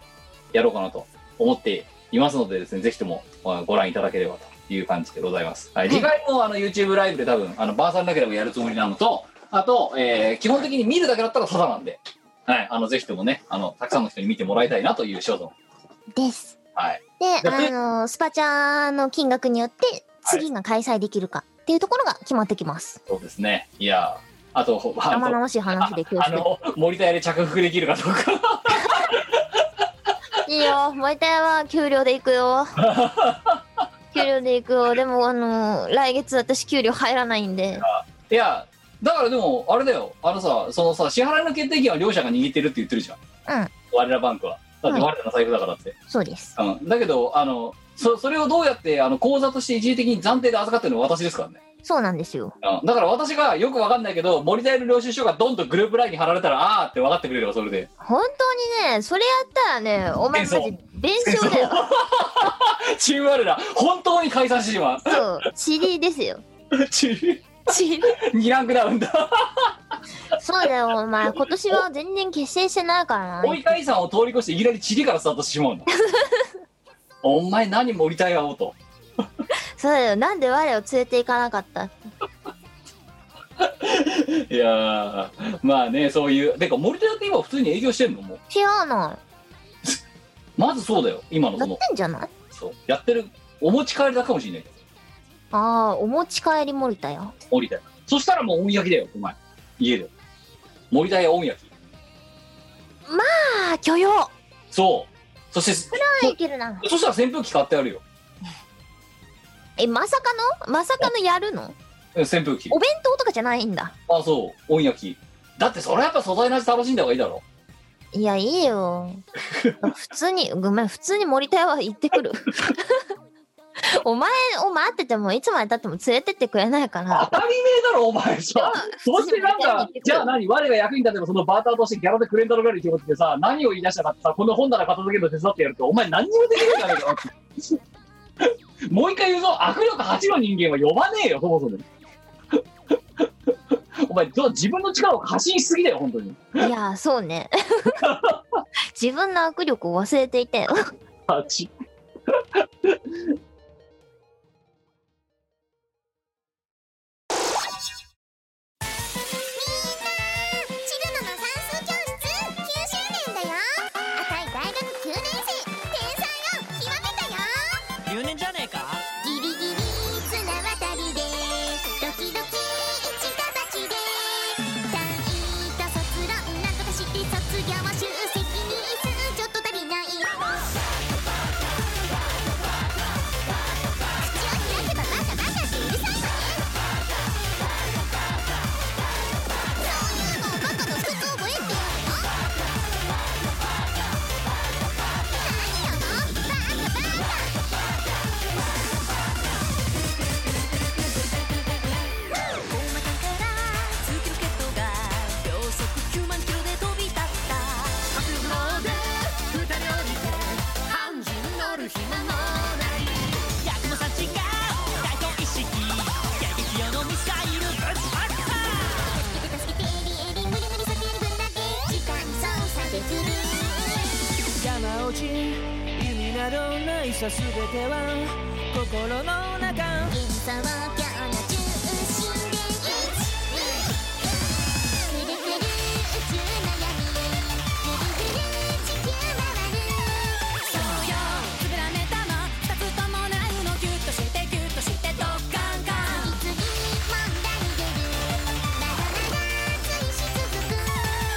やろうかなと思っていますのでですね、ぜひともあご覧いただければという感じでございます。はい、次回もあの YouTube ライブで多分、あのバーサルだけでもやるつもりなのと、あと、えー基本的に見るだけだったらただなんで、はい、あのぜひともね、あのたくさんの人に見てもらいたいなという所存。です。はい、で、であの、スパチャの金額によって、次が開催できるかっていうところが決まってきます。そうですね。いやー、あと、あの生々しい話で恐あ縮。の森田屋で着服できるかどうかいいよ、もう一回は給料で行く よ。給料で行くよ。でも、あの、来月私給料入らないんで。いやだからでもあれだよあのさそのさ支払いの決定権は両者が握ってるって言ってるじゃん、うん我らバンクはだってうん我らの財布だからって、そうです。うんだけどあのそそれをどうやってあの口座として一時的に暫定で預かってるのは私ですからね、そうなんですよ。うんだから私がよくわかんないけど森田屋の領収書がドンとグループラインに貼られたらあーって分かってくれればそれで本当にね、それやったらね、お前マジ戦争弁償だよ。チーム我ら本当に解散してしまう そう、チリですよ。チーチリ。ム2ランクダウンだそうだよ、お前。今年は全然結成してないから追な。い解散を通り越していきなりチリからスタートして しまうんだお前何森田屋をとそうだよ、なんで我を連れて行かなかった いやーまあねそういうてか森田屋って今普通に営業してんのもう違うの。まずそうだよ今のやそってのんじゃないそうやってるお持ち帰りだかもしれないけどああ、お持ち帰り森田よ。森田屋そしたらもうおみ焼きだよお前家で森田屋おみ焼きああ、許容あそうそしてあ、いけるな。そそしたら扇風機買ってあるよえ、まさかのまさかのやるのうん扇風機お弁当とかじゃないんだ。あそうおみ焼きだってそれはやっぱ素材の味楽しんだ方がいいだろいや、いい よ。普通に、ごめん、普通に森田屋は行って くる。お前を待ってても、いつまでたっても連れてってくれないから当。たり前だろお前さそしてなんかじゃあ何我が役に立てばそのバーターとしてギャラでくれんだろぐらいの気持ちでさ何を言い出したかってさこの本棚片付けるの手伝ってやるとお前何にもできるんじゃないかもう一回言うぞ握力8の人間は呼ばねえよそもそもお前どう自分の力を過信しすぎだよ本当にいや、そうね。 自分の握力を忘れていたよ。 8チルノの算数教室9周年だよ赤い大学9年生天才を極めたよ留年じゃねえかギリギリ綱渡りでドキドキ一か八で単位と卒論なんとかして卒業は集積に数ちょっと足りない口を開けばバカバカってうるさいわねそういうのをバカの服覚えて何よバカバカ大まかから月ロケットが秒速9万キロで飛び立った白鵬で二人降りて半人乗る暇もない百の幸が大統一式撃用のミサイルぶちまった助けて助けてエリエリ無理無理避ける分だけ時間操作できる山落ち弓などないさ全ては心の中幻想郷の中心で1ぐるぐる宇宙の闇ぐるぐる地球回るよつぶらねたま二つともないのギュッとしてギュッとしてドッカン次問題出るまだまだ追カし続くン部屋の中冷やした温度も時間も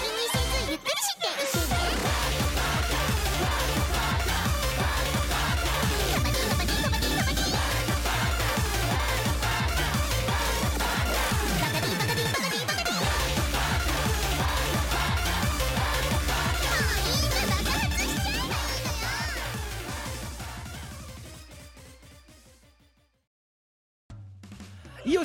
気にせずゆっくりしていくねイオ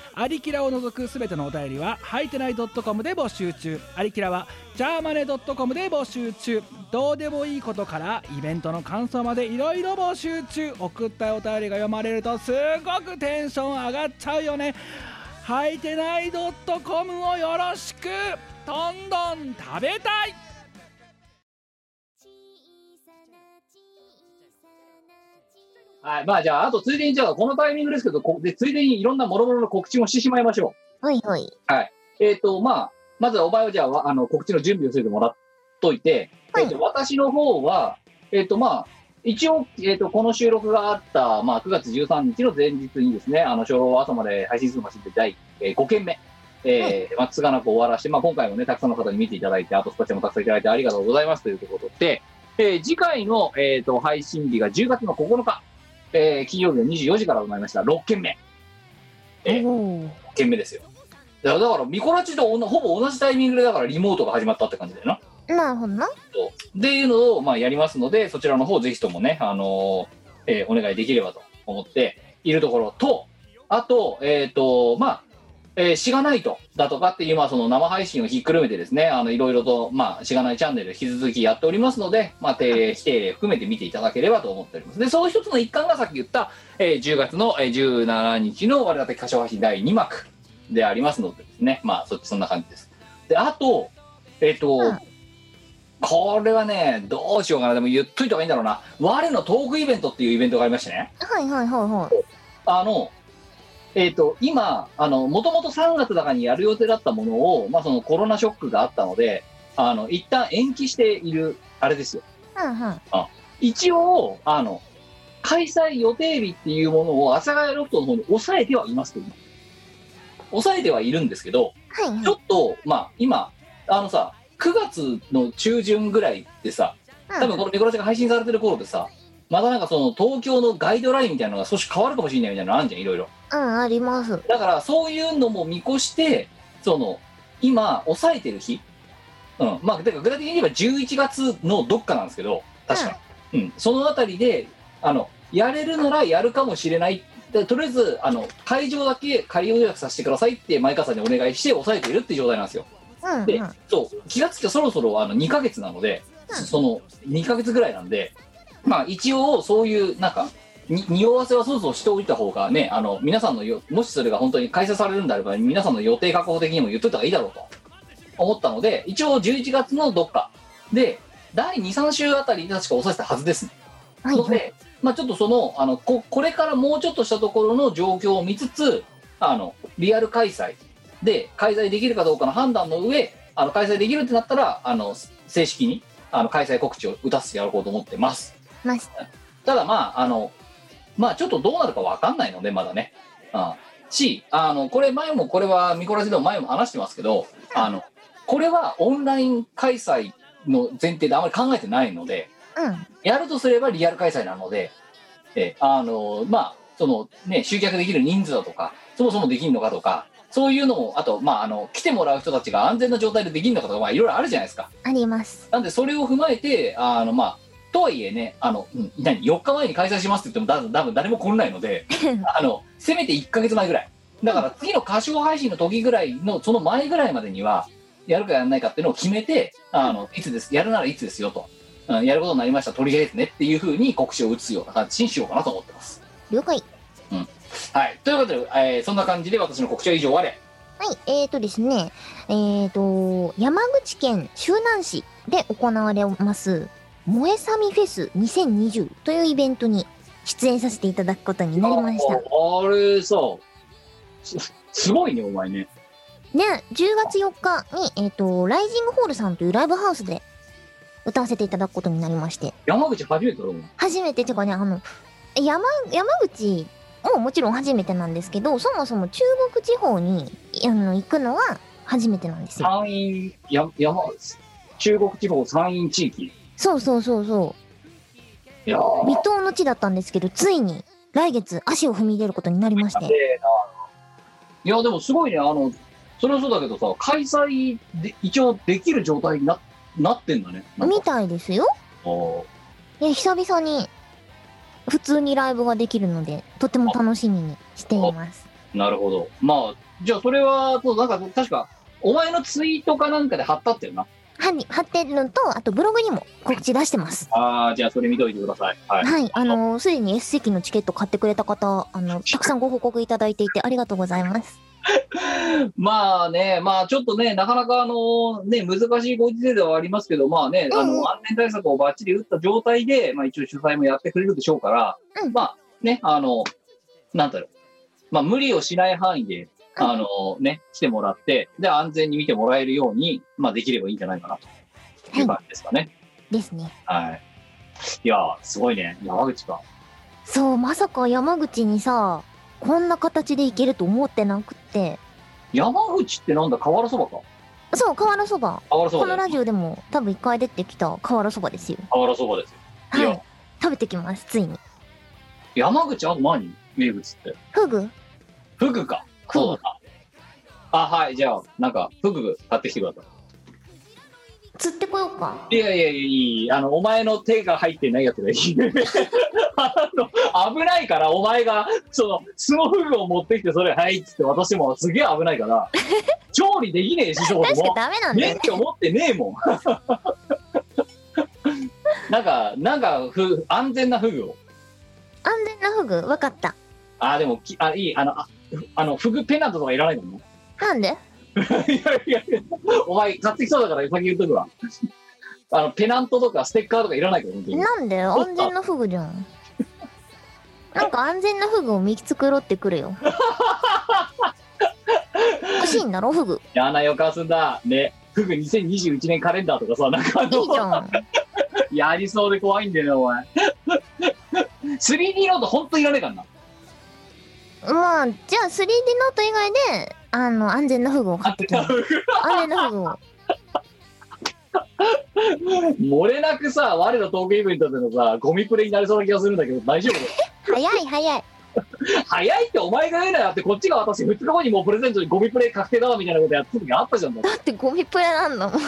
アリキラを除くすべてのお便りは、はいてない .com で募集中。アリキラは、ジャーマネ .com で募集中。どうでもいいことから、イベントの感想までいろいろ募集中。送ったお便りが読まれると、すごくテンション上がっちゃうよね。はいてない .com をよろしくどんどん食べたいはい。まあじゃあ、あとついでに、じゃあこのタイミングですけど、こでついでにいろんな諸々の告知もしてしまいましょほいほい。う。えっ、と、まあ、まずはお前はじゃあわ、あの、告知の準備をしててもらっといて、はいえっと私の方は、えっ、と、まあ、一応、えっ、と、この収録があった、まあ、9月13日の前日にですね、あの、昭和朝まで配信するマシンで第、えー5件目、えー、まあ、つがなく終わらして、まあ、今回もね、たくさんの方に見ていただいて、あとスパチャもたくさんいただいてありがとうございますということで、えー次回の、えっ、と、配信日が10月の9日、えー金曜日の24時から行いました、6件目。えーおー1件目ですよだからだからミコラチとおなほぼ同じタイミングでだからリモートが始まったって感じだよななるほどな。とっていうのをまあやりますのでそちらの方ぜひともね、あのーえーお願いできればと思っているところとあとえっ、とまあえーしがないとだとかっていう、まあ、その生配信をひっくるめてですね、あの、いろいろと、まあ、しがないチャンネル引き続きやっておりますので、まあ、定例、非定例含めて見ていただければと思っております。で、その一つの一環がさっき言った、えー10月のえー17日の我々的歌唱配信第2幕でありますのでですね、まあ、そっちそんな感じです。で、あと、えっ、と、うんこれはね、どうしようかな。でも言っといた方がいいんだろうな。我のトークイベントっていうイベントがありましてね。はいはいはいはい。あの、えっ、と、今、あの、もともと3月だかにやる予定だったものを、まあ、そのコロナショックがあったので、あの、一旦延期している、あれですよ。うんうん。一応、あの、開催予定日っていうものを、阿佐ヶ谷ロフトの方に抑えてはいますけど、抑えてはいるんですけど、はいちょはっと、まあ、今、あのさ、9月の中旬ぐらいでさ、い。多分このミコラチが配信されてる頃でさ、またなんかその東京のガイドラインみたいなのが少し変わるかもしれないみたいなのあるじゃん、いろいろ。うん、うん、あります。だからそういうのも見越して、その、今、抑えてる日、うん、まあ、てか具体的に言えば11月のどっかなんですけど、確かに。うん、そのあたりで、あの、やれるならやるかもしれない。でとりあえず、あの、会場だけ仮予約させてくださいって、前川さんにお願いして抑えているっていう状態なんですよ。うん、うん。で、そう、気がつきゃそろそろあの2ヶ月なので、うんその2ヶ月ぐらいなんで、まあ一応そういう、なんか、に匂わせはそろそろしておいた方がね、あの、皆さんのよ、もしそれが本当に開催されるんであれば、皆さんの予定確保的にも言っといた方がいいだろうと思ったので、一応11月のどっかで、第2、3週あたりに確か抑えてたはずですね。はいのはい。で、まあ、ちょっとそのあのここれからもうちょっとしたところの状況を見つつあのリアル開催で開催できるかどうかの判断の上あの開催できるってなったらあの正式にあの開催告知を打たせてやろうと思ってますますただまああのまあちょっとどうなるかわかんないのでまだね、うん、しあのこれ前もこれはミコラジでも前も話してますけどあのこれはオンライン開催の前提であまり考えてないので、うん。やるとすればリアル開催なので、えーあのーまあ、そのね、集客できる人数だとか、そもそもできるのかとか、そういうのも、あと、まあ、あの、来てもらう人たちが安全な状態でできるのかとか、まあ、いろいろあるじゃないですか。あります。なんで、それを踏まえて、あの、まあ、とはいえね、あの、うん何、4日前に開催しますって言っても、だ多分誰も来んないので、あの、せめて1ヶ月前ぐらい。だから、次の歌唱配信の時ぐらいの、その前ぐらいまでには、やるかやらないかっていうのを決めて、あの、いつです、やるならいつですよと。うんやることになりました、とりあえずねっていうふうに告知を打つような形にしようかなと思ってます。了解。はい。ということで、えーそんな感じで私の告知は以上あれ。はい、えーとですね、えーと、山口県周南市で行われます、萌えさみフェス2020というイベントに出演させていただくことになりました。ああれさ、すすごいね、お前ね。ね、10月4日に、えーと、ライジングホールさんというライブハウスで歌わせていただくことになりまして、山口初めてだろ、お前初めて、てかね、あの、山、山口ももちろん初めてなんですけど、そもそも中国地方に、あの、行くのは初めてなんですよ。山陰、や山、中国地方、山陰地域。そうそうそうそいやーう。離島の地だったんですけど、ついに来月足を踏み入れることになりまして。ええないや、でもすごいね、あの、それはそうだけどさ、開催で、一応できる状態にななってんだね。なんかみたいですよ。あーで、久々に普通にライブができるので、とても楽しみにしています。なるほど。まあ、じゃあそれは、そうなんか確か、お前のツイートかなんかで貼ったってよな。はに貼ってるのと、あとブログにも告知出してます。ああ、じゃあそれ見といてください。はい。はい、あのすでに S 席のチケット買ってくれた方、あのたくさんご報告いただいていてありがとうございます。 まあね、まあちょっとね、なかなかあの、ね、難しいご時世ではありますけど、まあね、うんあの、安全対策をバッチリ打った状態で、まあ一応主催もやってくれるでしょうから、うんまあね、あの、なんだろう、まあ無理をしない範囲で、うんあのね、来てもらって、で、安全に見てもらえるように、まあできればいいんじゃないかなという感じですかね。ですね。はい。いやー、すごいね、山口か。そう、まさか山口にさ、こんな形で行けると思ってなくって。山口ってなんだ、瓦そばか。そう、瓦そば。瓦そこばのだよラジオでも多分一回出てきた瓦そばですよ。瓦そばですよ。いはやい。食べてきます、ついに。山口あと何名物って。フグフグか。そうだ。あ、はい、じゃあ、なんか、フグ買ってきてくださ釣ってこようか。い。いやいやいやいや、あの、お前の手が入ってないやつがいい。 あの、危ないから、お前が、その、スノフグを持ってきて、それ、はいっつって渡しても、すげえ危ない から、調理できねえし、そこで確かも。ダメなんだよ免ね。許持ってねえもん。 なんか、なんか、ふ、安全なフグを。安全なフグわかった。あ、でも、きあ、いい、あの、ああの、フグペナントとかいらないのなんでいやいやいや、 お前、買ってきそうだから先言っとくわ。 あの、ペナントとかステッカーとかいらないから、本当に。なんで安全なフグじゃ ん。なんか安全なフグを見繕ってくる よ。欲しいんだろ、フグ。嫌な予感すんだ。ね。フグ2021年カレンダーとかさ、なんかあいいじゃの、ん。やりそうで怖いんだよね、お前。3D ノート本当いらねえからな。まあ、じゃあ 3D ノート以外で、あの、安全なフグを 買ってきます。安全なフグを。漏れなくさ、我のトークイベントでのさ、ゴミプレイになりそうな気がするんだけど、大丈夫早い早い。早いってお前が言うなよってこっちが私2日後にもうプレゼントにゴミプレイ確定だわみたいなことやってた時あったじゃんだってだってゴミプレなんだもん。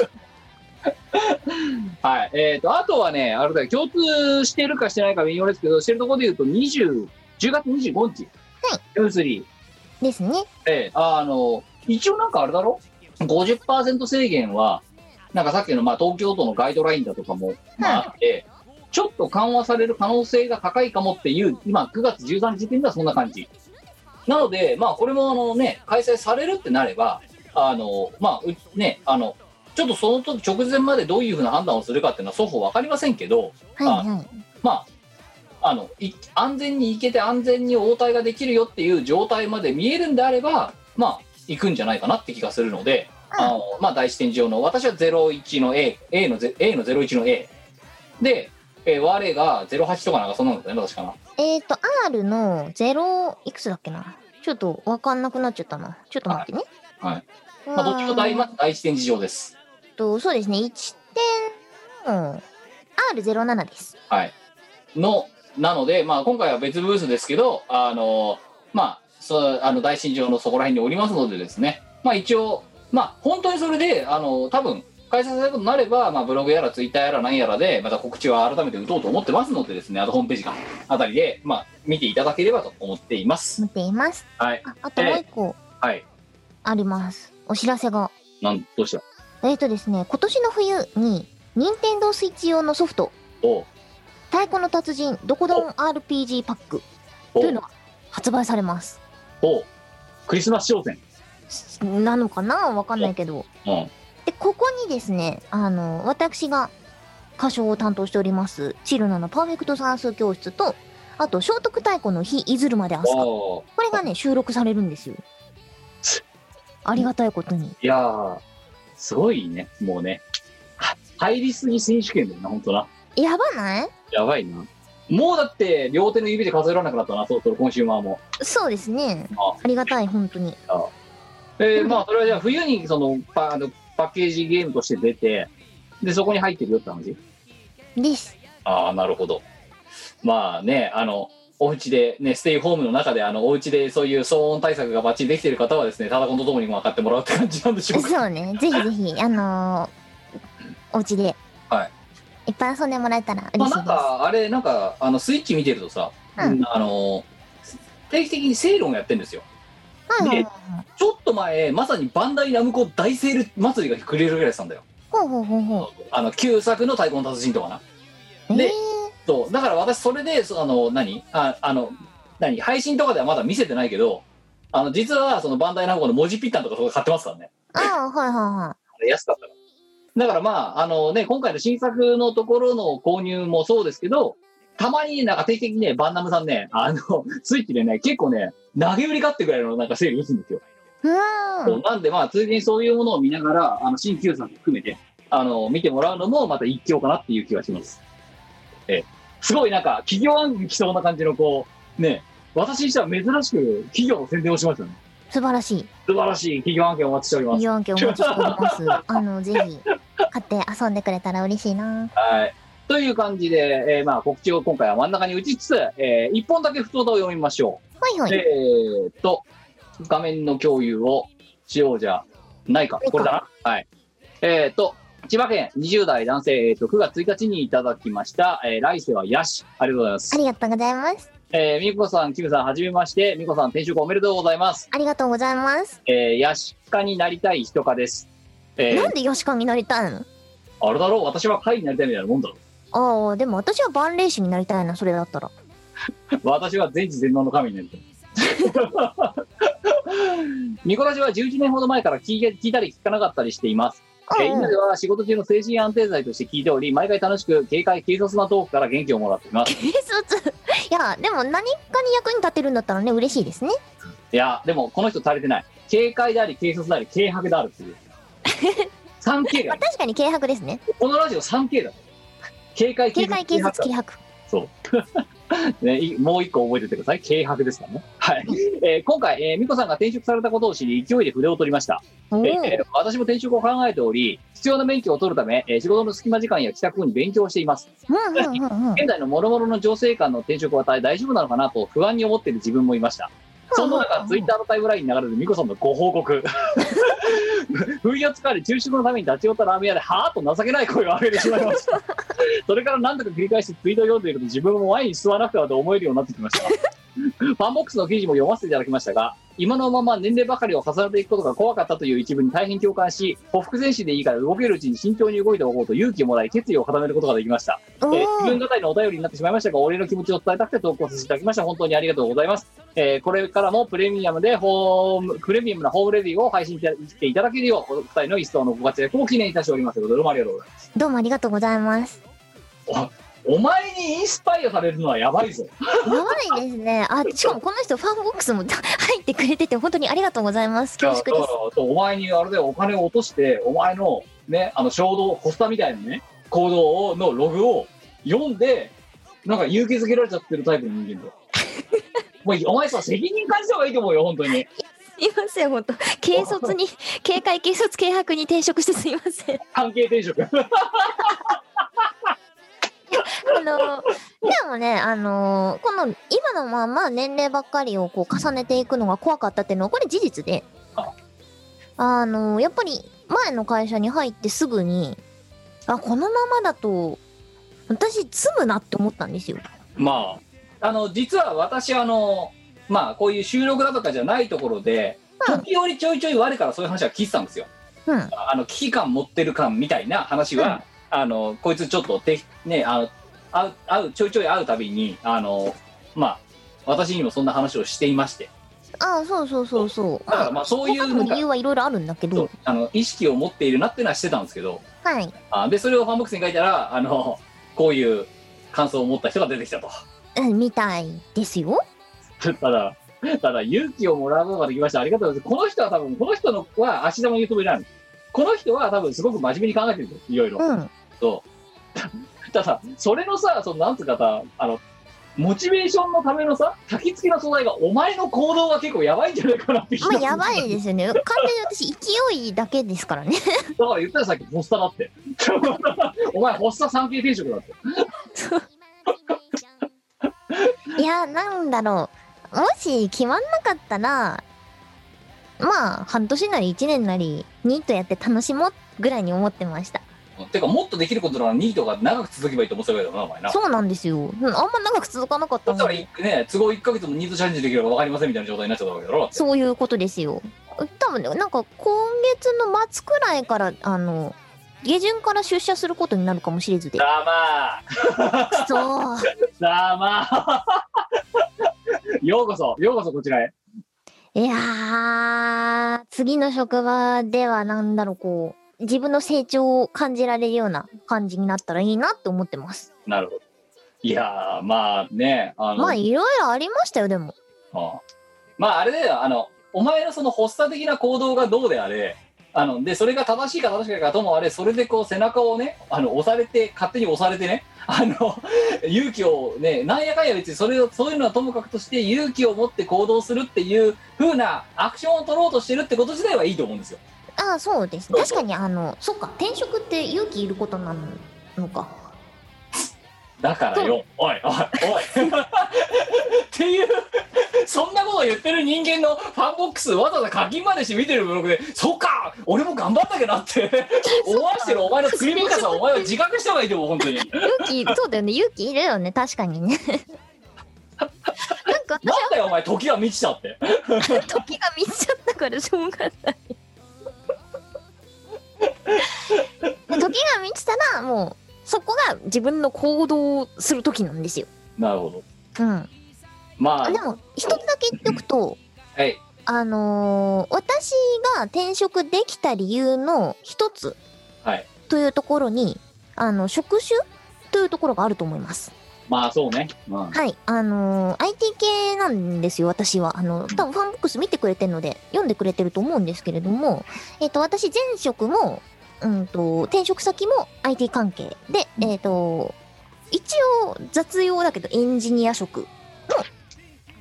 はいえー、とあとはねあれだよ共通してるかしてないか微妙ですけどしてるところで言うと20 10月25日はい M3 ですね。ええあの一応なんかあれだろ50%制限はなんかさっきのまあ東京都のガイドラインだとかも、まあ、あってちょっと緩和される可能性が高いかもっていう今9月13日時点ではそんな感じなのでまあこれもあのね開催されるってなればあのまあうねあのちょっとその時直前までどういうふうな判断をするかっていうのは双方分かりませんけど、はいはまあ、あのい安全に行けて安全に応対ができるよっていう状態まで見えるんであれば、まあ、行くんじゃないかなって気がするので、うん。あのまあ、第一展示場の私は01の A, A, のゼ A の01の A で、えー我が08とかなんかそんなのだよね確かないえっ、ー、と、R の0、いくつだっけな。ちょっとわかんなくなっちゃったな。ちょっと待ってね。はい。うーんまあ、どっちも第,、まず第一展示場です。と、そうですね。1点の R07 です。はい、のなので、まあ、今回は別ブースですけどあの、まあ、そうあの大身上のそこら辺におりますのでですね、まあ、一応、まあ、本当にそれであの多分開催されることになれば、まあ、ブログやらツイッターやら何やらでまた告知は改めて打とうと思ってますのでですねあとホームページかあたりで、まあ、見ていただければと思っています見。ています。はい、ああともう一個はい、あります。お知らせが。なんどうしたえっ、ー、とですね、今年の冬に、任天堂スイッチ用のソフト、おう太鼓の達人どこどん RPG パックおといううのが発売されます。おうクリスマス商戦、なのかなわかんないけど。うん、で、ここにですね、あの、私が歌唱を担当しております、チルナのパーフェクト算数教室と、あと、聖徳太鼓の日いずるまで明日香。おうこれがね、収録されるんですよ。ありがたいことに。いやーすごいねもうねは入りすぎ選手権だよな本当なやばないやばいな。もうだって、両手の指で数えられなくなったな、そろそろコンシューマーも。そうですねあ。ありがたい、本当に。えーまあ、それはじゃあ、冬にそのパあのパッケージゲームとして出て、でそこに入ってるよって話です。ああなるほどまあねあのお家でねステイホームの中であのお家でそういう騒音対策がバッチリできてる方はですねタダコンとともにも分かってもらうって感じなんでしょうかそうね。ぜひぜひ、あのー、お家で、。はいっぱい遊んでもらえたらま嬉あしいなでんす。かあれなんかあのスイッチ見てるとさ、うんあの定期的にセールをやってるんですよはいはいはい。ちょっと前まさにバンダイナムコ大セール祭りがくれるぐらいしたんだよほうほうほうほあの旧作の「太鼓の達人」とかなう。でえーそうだから私それでそあの何ああの何配信とかではまだ見せてないけどあの実はそのバンダイナムコの文字ピッタンとかそこで買ってますからねああ、はいはいはい。あれ安かったからだからまああのね今回の新作のところの購入もそうですけどたまになんか定期的にねバンナムさんねあの スイッチでね結構ね投げ売りかってぐらいのなんかセール打つんですようーん。なんでまあついでにそういうものを見ながらあの新旧さん含めてあの見てもらうのもまた一興かなっていう気がします。ええすごいなんか企業案件来そうな感じのこうね私にしては珍しく企業の宣伝をしましたね。素晴らしい。素晴らしい企業案件お待ちしておりま利す。用案件お待ちしており ます。あの、ぜひ、買って遊んでくれたら嬉しいな。はい。という感じで、えーまあ告知を今回は真ん中に打ちつつ、えー一本だけ不当だを読みましょう。はいはい。えーっと、画面の共有をしようじゃないか。これだな。はい。えーっと、千葉県20代男性、えーっと、9月1日にいただきました、えー来世はヤシ。ありがとうございまあす。りがとうございます。えー、みこさん、キムさん、はじめまして。みこさん、転職おめでとうございます。ありがとうございます。えー、ヤシ科になりたい人科です。えなーん、でヨシカになりたいのあれだろう、私は会になりたいみたいなもんだろう。ああ、でも私は万霊士になりたいな、それだったら。私は全知全能の神になりたい。 ミコラジは11年ほど前から聞いて聞いたり聞かなかったりしています。えーうんう今んでは仕事中の精神安定剤として聞いており、毎回楽しく警戒、軽率なトークから元気をもらっていま す。軽率。いや、でも何かに役に立てるんだったらね、嬉しいですね。いや、でもこの人足りてない。警戒であり、軽率であり、軽薄であるっ ていう。3K まだあ、。確かに軽薄ですね。このラジオ 3K だ。警戒、警戒、警察、軽軽薄。ね、いもう一個覚えておいてください。軽薄ですからね。はい。えー今回、えー、ミコさんが転職されたことを知り、勢いで筆を取りました。おお。えー私も転職を考えており、必要な免許を取るため、えー仕事の隙間時間や帰宅後に勉強しています。うんうんうんうん。現在の諸々の情勢間の転職は大丈夫なのかなと不安に思っている自分もいました。そんな中、ツイッターのタイムラインに流れる美子さんのご報告。 冬を使われ、昼食のために立ち寄ったラーメン屋で、はぁと情けない声を上げてしまいました。それから何度か繰り返してツイートを読んでいると、自分もワインに吸わなくてはと思えるようになってきました。ファンボックスの記事も読ませていただきましたが、今のまま年齢ばかりを重ねていくことが怖かったという一文に大変共感し、ほふ前進でいいから動けるうちに慎重に動いておこうと勇気をもらい、決意を固めることができました。おえー自分ー語りのお便りになってしまいましたが、お礼の気持ちを伝えたくて投稿させていただきました。本当にありがとうございます。えーこれからもプレミアムでホーム、プレミアムなホームレディを配信していただけるよう、お二人の一層のご活躍を記念いたしております。どうもありがとうございます。どうもありがとうござい ます。お前にインスパイアされるのはやばいぞ。やばいですね。あ、しかもこの人ファンボックスも 入ってくれてて本当にありがとうございます。恐縮だでかす。らお前にあれでお金を落として、お前のね、あの衝動、ホスタみたいなね、行動をのログを読んで、なんか勇気づけられちゃってるタイプの人間だよ。もうお前さ、責任感じた方がいいと思うよ、本当に。すいません、本当。軽率 に、警戒、軽率、軽薄に転職してすいません。関係転職。あのでもね、あのこの今のまま年齢ばっかりをこう重ねていくのが怖かったっていうのはこれ事実であ、あのやっぱり前の会社に入ってすぐに、あこのままだと私積むなって思ったんですよ。 まあ、あの、実は私、あの、まあ、こういう収録だとかじゃないところで、うん時折ちょいちょい我からそういう話は聞いてたんですよ。うん、あの、危機感持ってる感みたいな話は、あの、こいつちょっとて、ね、あの、会う、会う、ちょいちょい会うたびに、あの、まあ、私にもそんな話をしていまして、ああそうそうそうそう。だからまあ、そうい他うになもんか理由はいろいろあるんだけそどう、あの、意識を持っているなっていうのはしてたんですけど、はい。あで、それをファンボックスに書いたら、あの、こういう感想を持った人が出てきたと。うん、みたいですよ。ただ、ただ勇気をもらうことができました。ありがとうございます。この人は多分、この人のは足玉に止められる。この人は多分すごく真面目に考えてるんですよ。いろいろ。うん。 そう。ただ、それのさ、そのなんつうかさ、あの、モチベーションのためのさ、焚き付けの素材がお前の行動は結構やばいんじゃないかなって気がますあるやばいですよね。完全に私、勢いだけですから ね。だから言ったらさっき、発作だって。 お前、発作産経定食だって。いや、なんだろう。もし決まんなかったら、まあ、半年なり1年なり、ニートやって楽しもうぐらいに思ってました。てか、もっとできることならニートが長く続けばいいと思ってたけどな、お前な。そうなんですよ。うんあんま長く続かなかっただったのらで、い、ね、都合1ヶ月もニートチャレンジできれば分かりませんみたいな状態になっちゃったわけだろ。そういうことですよ。多分ね、なんか今月の末くらいから、あの、下旬から出社することになるかもしれずで。だまあ、そう。だま あ。ようこそ、ようこそこちらへ。いやー、次の職場ではなんだろう、こう、自分の成長を感じられるような感じになったらいいなって思ってます。なるほど。いやー、まあね、あの、まあ、いろいろありましたよ、でも。ああまああれだよあのお前のその発作的な行動がどうであれあのでそれが正しいか正しくないかともあれそれでこう背中をねあの押されて勝手に押されてねあの 勇気をねなんやかんや別にそれをそういうのはともかくとして勇気を持って行動するっていう風なアクションを取ろうとしてるってこと自体はいいと思うんですよ。ああ、そうですね。確かに、あの、そっか、転職って勇気いることなの か。だからよおいおいおいっていうそんなこと言ってる人間のファンボックスわざわざ課金までして見てるブログでそうか俺も頑張ったけどな って思わしてるお前の罪深さをお前は自覚した方がいいと思う本当になん勇気、そうだよね、勇気いるよね、確かに ね。なんか、だよお前時は満ちたって時が満ちちゃったからしょう がない時が満ちたらもうそこが自分の行動をする時なんですよ、なるほどうん、まあでも一つだけ言っておくとはいあのー私が転職できた理由の一つはいというところにあの職種というところがあると思いますまあそうね、うん、はい、あのー IT 系なんですよ、私は。あの、多分ファンボックス見てくれてるので、読んでくれてると思うんですけれども、えっ、と、私、前職も、うんと、転職先も IT 関係で、えっ、と、一応、雑用だけど、エンジニア職の、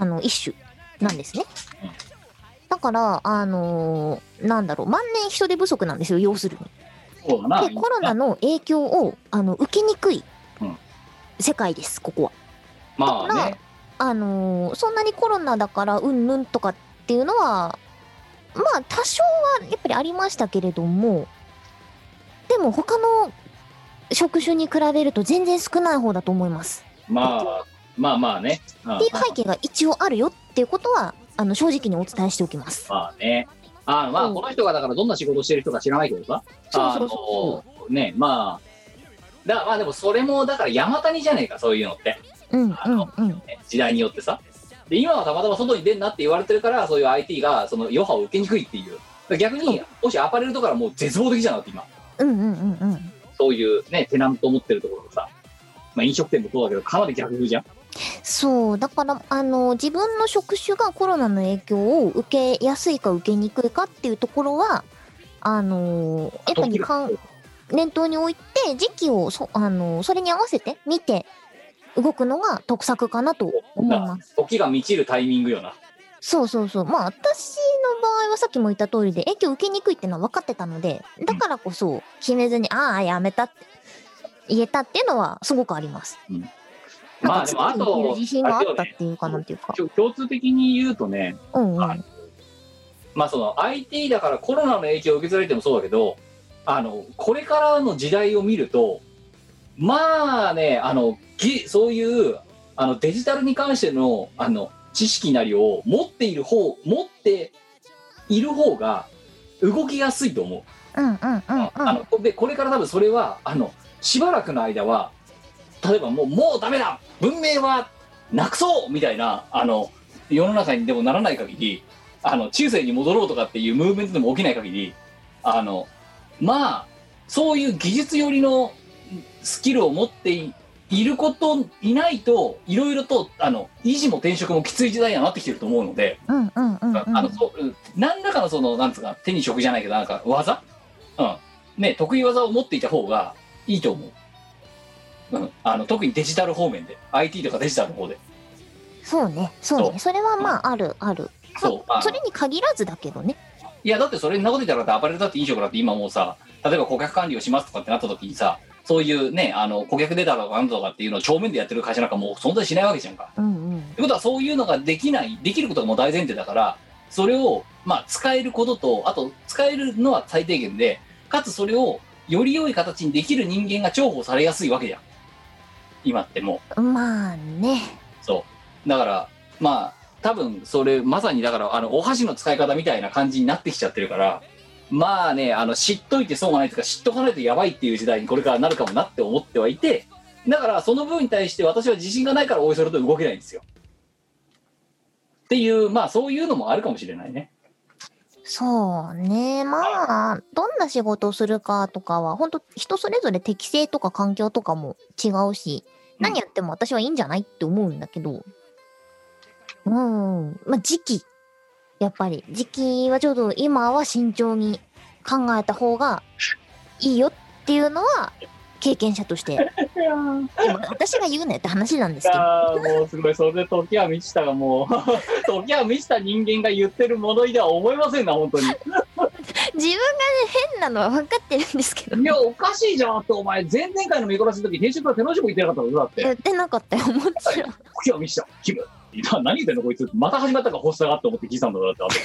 あの、一種なんですねうん。だから、あのーなんだろう、万年人手不足なんですよ、要するに。そうだなでコロナの影響をあの受けにくいうん世界です、ここは。まあねあのーそんなにコロナだからうんぬんとかっていうのはまあ多少はやっぱりありましたけれどもでも他の職種に比べると全然少ない方だと思います。まあまあまあね、うんっていう背景が一応あるよっていうことはあの正直にお伝えしておきます。まあね。あまあ、うんこの人がだからどんな仕事をしてる人か知らないけどさ。そうそうそあのね、まあ。だまあでもそれもだから山谷じゃねえかそういうのって、うんうんあのうんね時代によってさで今はたまたま外に出んなって言われてるからそういう IT がその余波を受けにくいっていうだから逆にもしアパレルとかはもう絶望的じゃなって今うんうんうんうん。そういうねテナントを持ってるところがさ、まあ、飲食店もそうだけどかなり逆風じゃんそうだからあの自分の職種がコロナの影響を受けやすいか受けにくいかっていうところはあのやっぱりかん念頭に置いて時期をそあのそれに合わせて見て動くのが得策かなと思います。時が満ちるタイミングよなそうそうそうまあ私の場合はさっきも言った通りで影響受けにくいっていうのは分かってたのでだからこそ決めずにああやめたって言えたっていうのはすごくあります。なんかまあでも次に生きるあと自信がああっれだよたっねていうかなんていうか。共通的に言うとねうんうん。まあその IT だからコロナの影響を受けづらいってのもそうだけどあのこれからの時代を見るとまあねあのぎそういうあのデジタルに関してのあの知識なりを持っている方持っている方が動きやすいと思う。うんうんうんうん。あのでこれから多分それはあのしばらくの間は例えばもうもうダメだ文明はなくそうみたいなあの世の中にでもならない限りあの中世に戻ろうとかっていうムーブメントでも起きない限りあのまあそういう技術寄りのスキルを持っていいることいないといろいろとあの維持も転職もきつい時代にはなってきてると思うので、うんうんうんうん。あのそううん何らかのそのなんつうか手に職じゃないけどなんか技、うんね、得意技を持っていた方がいいと思う。うんあの特にデジタル方面で IT とかデジタルの方でそうね、そうね。それはまあ、ある、ある。そうあのそれに限らずだけどね。いやだってそれんなこと言ったらだってアパレルだって飲食だって今もうさ例えば顧客管理をしますとかってなった時にさそういうねあの顧客データとかなんとかっていうのを正面でやってる会社なんかもう存在しないわけじゃんかうんうんっ。てことはそういうのができないできることがもう大前提だからそれをまあ使えることとあと使えるのは最低限でかつそれをより良い形にできる人間が重宝されやすいわけじゃん今ってもうまあね。そうだからまあ多分それまさにだからあのお箸の使い方みたいな感じになってきちゃってるからまあねあの知っといて損はないとか知っとかないとやばいっていう時代にこれからなるかもなって思ってはいてだからその分に対して私は自信がないからおいそれと動けないんですよっていうまあそういうのもあるかもしれないねそうね。まあ、どんな仕事をするかとかは、本当人それぞれ適性とか環境とかも違うし、うん何やっても私はいいんじゃないって思うんだけど、うん、まあ時期。やっぱり、時期はちょっと今は慎重に考えた方がいいよっていうのは、経験者と して。でも私が言うなよって話なんですけど。やーもうすごいそれで時は満ちたがもう 時は満ちた人間が言ってる物言いでは思いませんな本当に自分がね、変なのは分かってるんですけどい。や、おかしいじゃんって、お前、前々回の見殺しの時、編集から手の塾行ってなかったのだっ言て、ってなかったよ、 もちろん。今日見した、キム、な何言ってんの、こいつ、また始まったから、発作がって思って聞いたんだろうだって、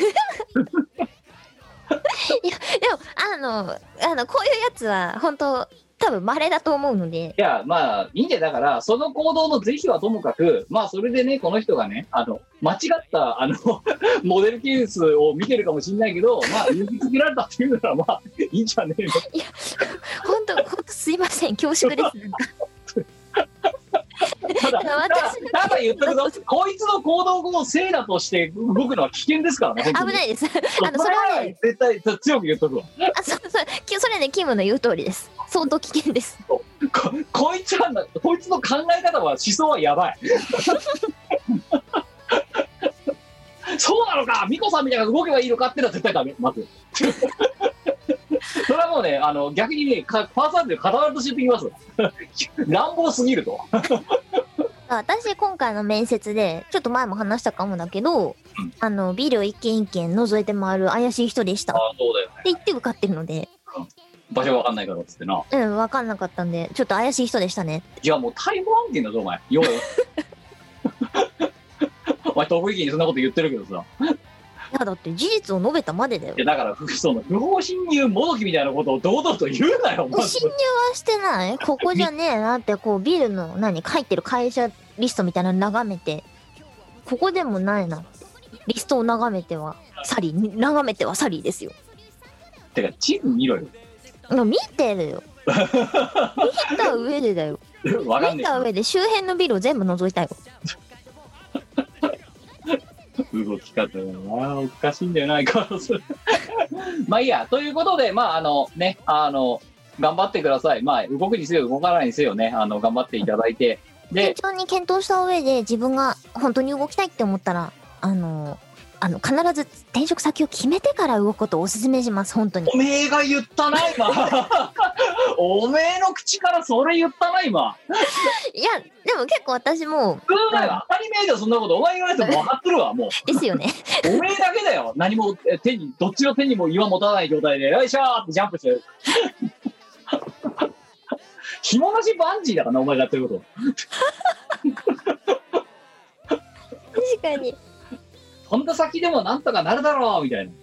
でもあのあのこういうやつは本当多分稀だと思うのでいや、まあ、いいんじゃないだから、その行動の是非はともかく、まあ、それでね、この人がね、あの間違ったあの モデルケースを見てるかもしれないけど、まあ、勇気づけられたっていうなら、まあ、いいんじゃねえの本当本当すいません恐縮ですなんかただ、ただ私のただ言っと くぞ、こいつの行動をせいだとして動くのは危険ですからね、本当危にないですあのそれはね絶対強く言っとくわ。あそうそうきそれはねキムの言う通りです相当危険ですここいつはなこいつの考え方は思想はやばい そうなのか美子さんみたいな動けばいいのかってのは絶対ダメまず それはもうねあの逆にねかパーソナリティの固まりとして言ってきます 乱暴すぎると私今回の面接でちょっと前も話したかもだけどうんあのビルを一軒一軒覗いて回る怪しい人でしたっあそうだよねて言って受かってるので場所わかんないからっつってなうん分かんなかったんでちょっと怪しい人でしたねいやもう逮捕案件だぞお前ようよ お前得意気にそんなこと言ってるけどさいやだって事実を述べたまでだよいやだからふその不法侵入もどきみたいなことを堂々と言うなよお前侵入はしてないここじゃねえなってこうビルの何書いてる会社リストみたいなの眺めてここでもないなってリストを眺めてはサリー眺めてはサリーですよてか地図見ろよ 見てるよ見た上でだよわかん見ねた上で周辺のビルを全部覗いたよえ。動き方がな、おかしいんじゃないか。それ まあいいや、ということで、まああのね、あの、頑張ってください。まあ、動くにせよ、動かないにせよね、あの、頑張っていただいて。慎で、重に検討した上で自分が本当に動きたいって思ったらあのあの必ず転職先を決めてから動くことをおすすめします本当におめえが言ったな、今。 おめえの口からそれ言ったな、今。いやでも結構私もうまいわ、当たり前だよ、そんなこと。お前が言わないともう分かってるわ、もう。ですよねおめえだけだよ。何もえ手に、どっちの手にも岩持たない状態で、よいしょーってジャンプしてる。 紐なしバンジーだからな、お前がやってること。確かに飛んだ先でもなんとかなるだろうみたいな。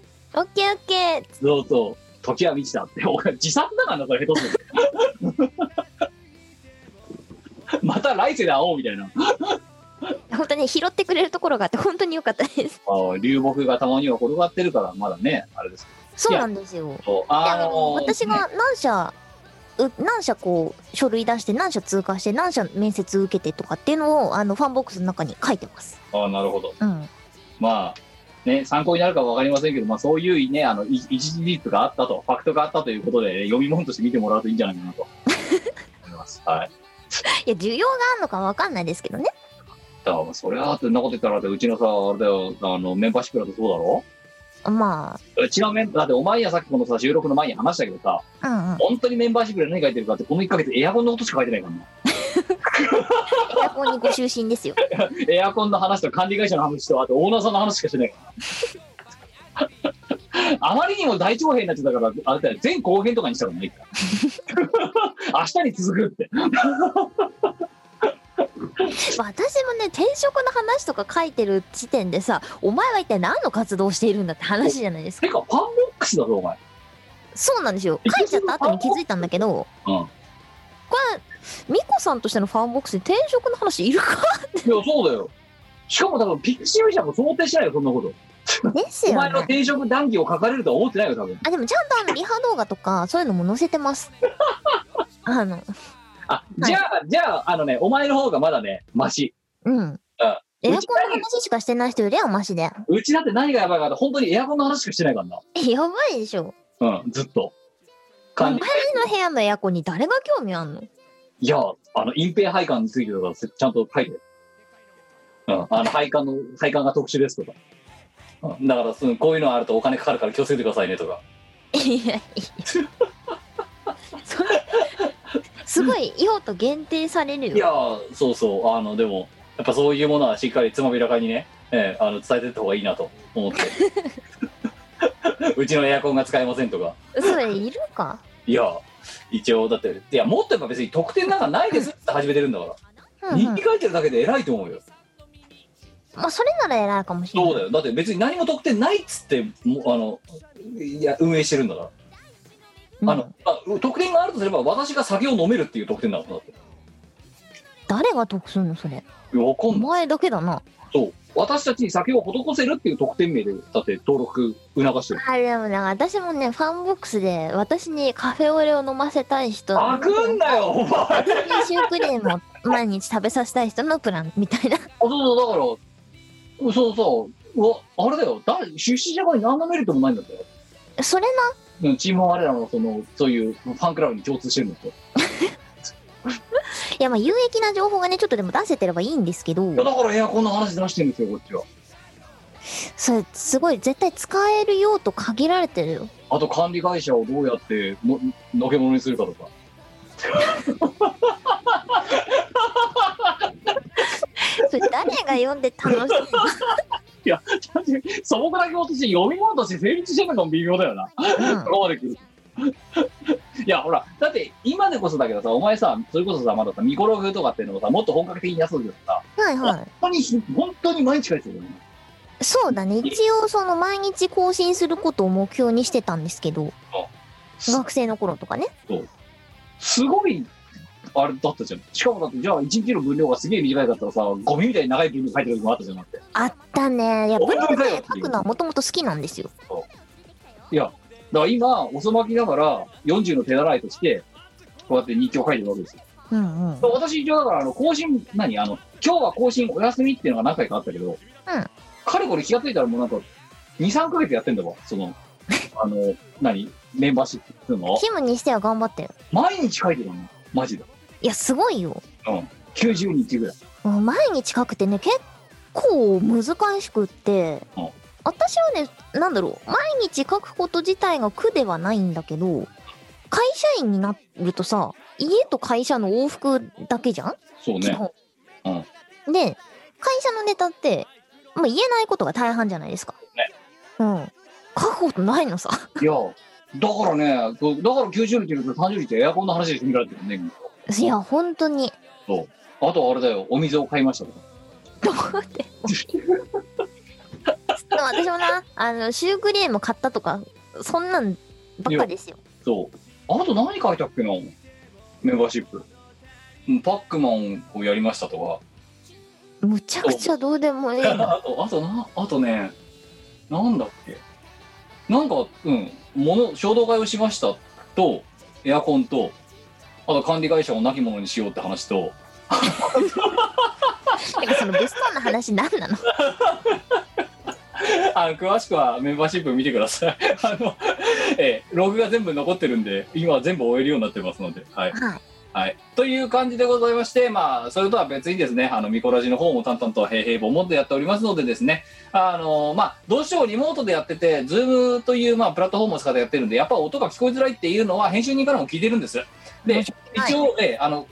オッケーオッケー。ずっと、時は満ちたって。俺、自殺だからな、これ、下手する また来世で会おうみたいな。本当に拾ってくれるところがあって、本当に良かったです。ああ流木がたまには転がってるから、まだね、あれですそうなんですよ。けど。でああの、私ねが何社、う何社こう、書類出して、何社通過して、何社面接受けてとかっていうのを、あの、ファンボックスの中に書いてます。ああ、なるほど。うん。まあ、ね、参考になるかわかりませんけど、まあ、そういうね、あの、い一時リップがあったと、ファクトがあったということで、読み物として見てもらうといいんじゃないかなと思います。はい。いや、需要があるのかわかんないですけどね。だから、それは、そんなこと言ったら、だってうちのさ、あれだよ、あの、メンバーシップだとそうだろまうちのメンだってお前やさっきこのさ収録の前に話したけどさあ、うんうん。 本当にメンバーシップで何書いてるかってこの1ヶ月エアコンのことしか書いてないからなエアコンにご就寝です よ。エアコンの話と管理会社の話とあとオーナーさんの話しかしてないからあまりにも大長編になってたからあれだよ全後編とかにしたらないから明日に続くって私もね、転職の話とか書いてる時点でさ、お前は一体何の活動をしているんだって話じゃないですか。てかファンボックスだぞお前そうなんですよ。書いちゃった後に気づいたんだけど、うんこれ、ミコさんとしてのファンボックスに転職の話いるかいやそうだよしかも多分ピッチミシャも想定しないよそんなこと ですおよ前のね。転職談義を書かれるとは思ってないよ多分あ、でもちゃんとあの、リハ動画とか、そういうのも載せてます。 あの、あじゃあ、じゃああのねお前の方がまだねマシうん。エアコンの話しかしてない人よりはマシで。うちだって何がやばいかって本当にエアコンの話しかしてないからやばいでしょ。なうんずっとお前管の理部屋のエアコンに誰が興味あんのいや、あの、隠蔽配管についてとか、ちゃんと書いてる。うん、あの、配管の、配管が特殊ですとか。うん、だから、そのこういうのあるとお金かかるから気をつけてくださいねとか。い やいやそれすごい用途限定されるよいやー、そうそう、あの、でも、やっぱそういうものはしっかりつまびらかにね、ええあの伝えてった方がいいなと思って。 うちのエアコンが使えませんとか。それいるかいやー、一応、だって、いや、もっとやっぱ別に特典なんかないですって始めてるんだから。うんうん日記書いてるだけで偉いと思うよ。まあそれなら偉いかもしれないそうだよ。だって別に何も得点ないっつって、もうあの、いや、運営してるんだから。うんあの、あ、得点があるとすれば、私が酒を飲めるっていう得点なのだって。誰が得するのそれいやわかおんない。前だけだなそう。私たちに酒を施せるっていう得点名で、だって登録促してる。あでもなんか私もねファンボックスで私にカフェオレを飲ませたい人あくんなよ、お前。あ、私にシュークリームを毎日食べさせたい人のプランみたいなそうそう、だから、そうそう、うわ、あれだよ、だ出資者側に何のメリットもないんだってよ。 それなうんチームは我らの、その、そういうファンクラブに共通してるんだって。いやまあ有益な情報がねちょっとでも出せてればいいんですけどいや、だからエアコンの話出してるんですよ、こっちは。それすごい絶対使える用途限られてるよあと管理会社をどうやってものけものにするかとか。 それ誰が読んで楽しいの素朴な気持ちして読み物として成立してるのも微妙だよな。うんここまで来ると いや、ほら、だって今でこそだけどさ、お前さ、それこそさ、まださ、ミコログとかっていうのもさ、もっと本格的にやそうけどさ、 はいは本当に、本当に毎日書いてるよね。い。そうだね。一応その毎日更新することを目標にしてたんですけど、学生の頃とかね。すごい、あれだったじゃん。しかもだって、じゃあ1日の分量がすげえ短いだったらさ、ゴミみたいに長い分量書いてる時もあったじゃんだって。あったね。いや、おブロ前グだよで書くのはもともと好きなんですよ。だから今、遅まきながら、40の手習いとして、こうやって日記を書いてるわけですようんうん。私一応だからあの更新何あの今日は更新お休みっていうのが何回かあったけど、かれこれ気がついたらもうなんか23ヶ月やってんだわ そのあの何メンバーシップっていうのキムにしては頑張ってる。毎日書いてるのマジでいや、すごいよ。 90日ぐらいもう毎日書くってね、結構難しくってうん。私はね、なんだろう。毎日書くこと自体が苦ではないんだけど、会社員になるとさ、家と会社の往復だけじゃんそう基ね本。で、会社のネタって、まあ、言えないことが大半じゃないですか。ねうん。書くことないのさ。 いやだからねそうだから90日いると30日エアコンの話でしてみられてるねいや、本当に。あとあれだよお水を買いましたとか どうやって。でも私もな、あの、シュークリーム買ったとか、そんなんばっかですよ。そうあと何書いたっけなメンバーシップうんパックマンをやりましたとかむちゃくちゃどうでもいいな。あと、あとな、あとね、なんだっけ。なんか、うん、もの、衝動買いをしましたと、エアコンと、あと管理会社を亡き者にしようって話と、てかそのベストな話何なのあの詳しくはメンバーシップ見てください。あの、えーログが全部残ってるんで、今は全部終えるようになってますので、はい。はい。はい、という感じでございまして、まあ、それとは別にですね、あのミコラジの方も淡々と平平凡々とやっておりますのでですね、あのまあ、どうしてもリモートでやってて、Zoom という、まあ、プラットフォームを使ってやってるんで、やっぱ音が聞こえづらいっていうのは、編集人からも聞いてるんです。で、一応、ええあの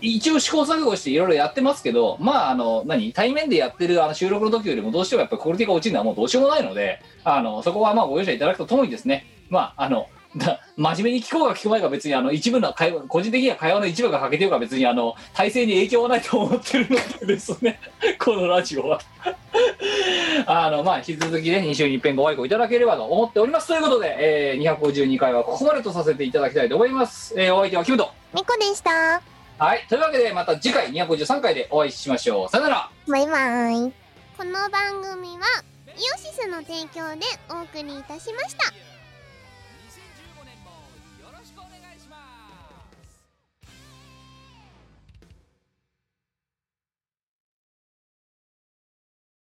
一応試行錯誤していろいろやってますけど、まあ、あの、何、対面でやってるあの収録の時よりもどうしてもやっぱりクオリティが落ちるのはもうどうしようもないので、あの、そこはまあご容赦いただくとともにですね、まあ、あの、だ真面目に聞こうが聞こうまいが別にあの一部の会話個人的には会話の一部が欠けてようが別にあの体制に影響はないと思ってるのでですね このラジオはあのまあ引き続きね2週に一遍ご愛顧いただければと思っておりますということで、えー、252回はここまでとさせていただきたいと思います、えー、お相手はキムトみこでしたはい。というわけで、また次回253回でお会いしましょう。さよなら。バイバイこの番組はイオシスの提供でお送りいたしました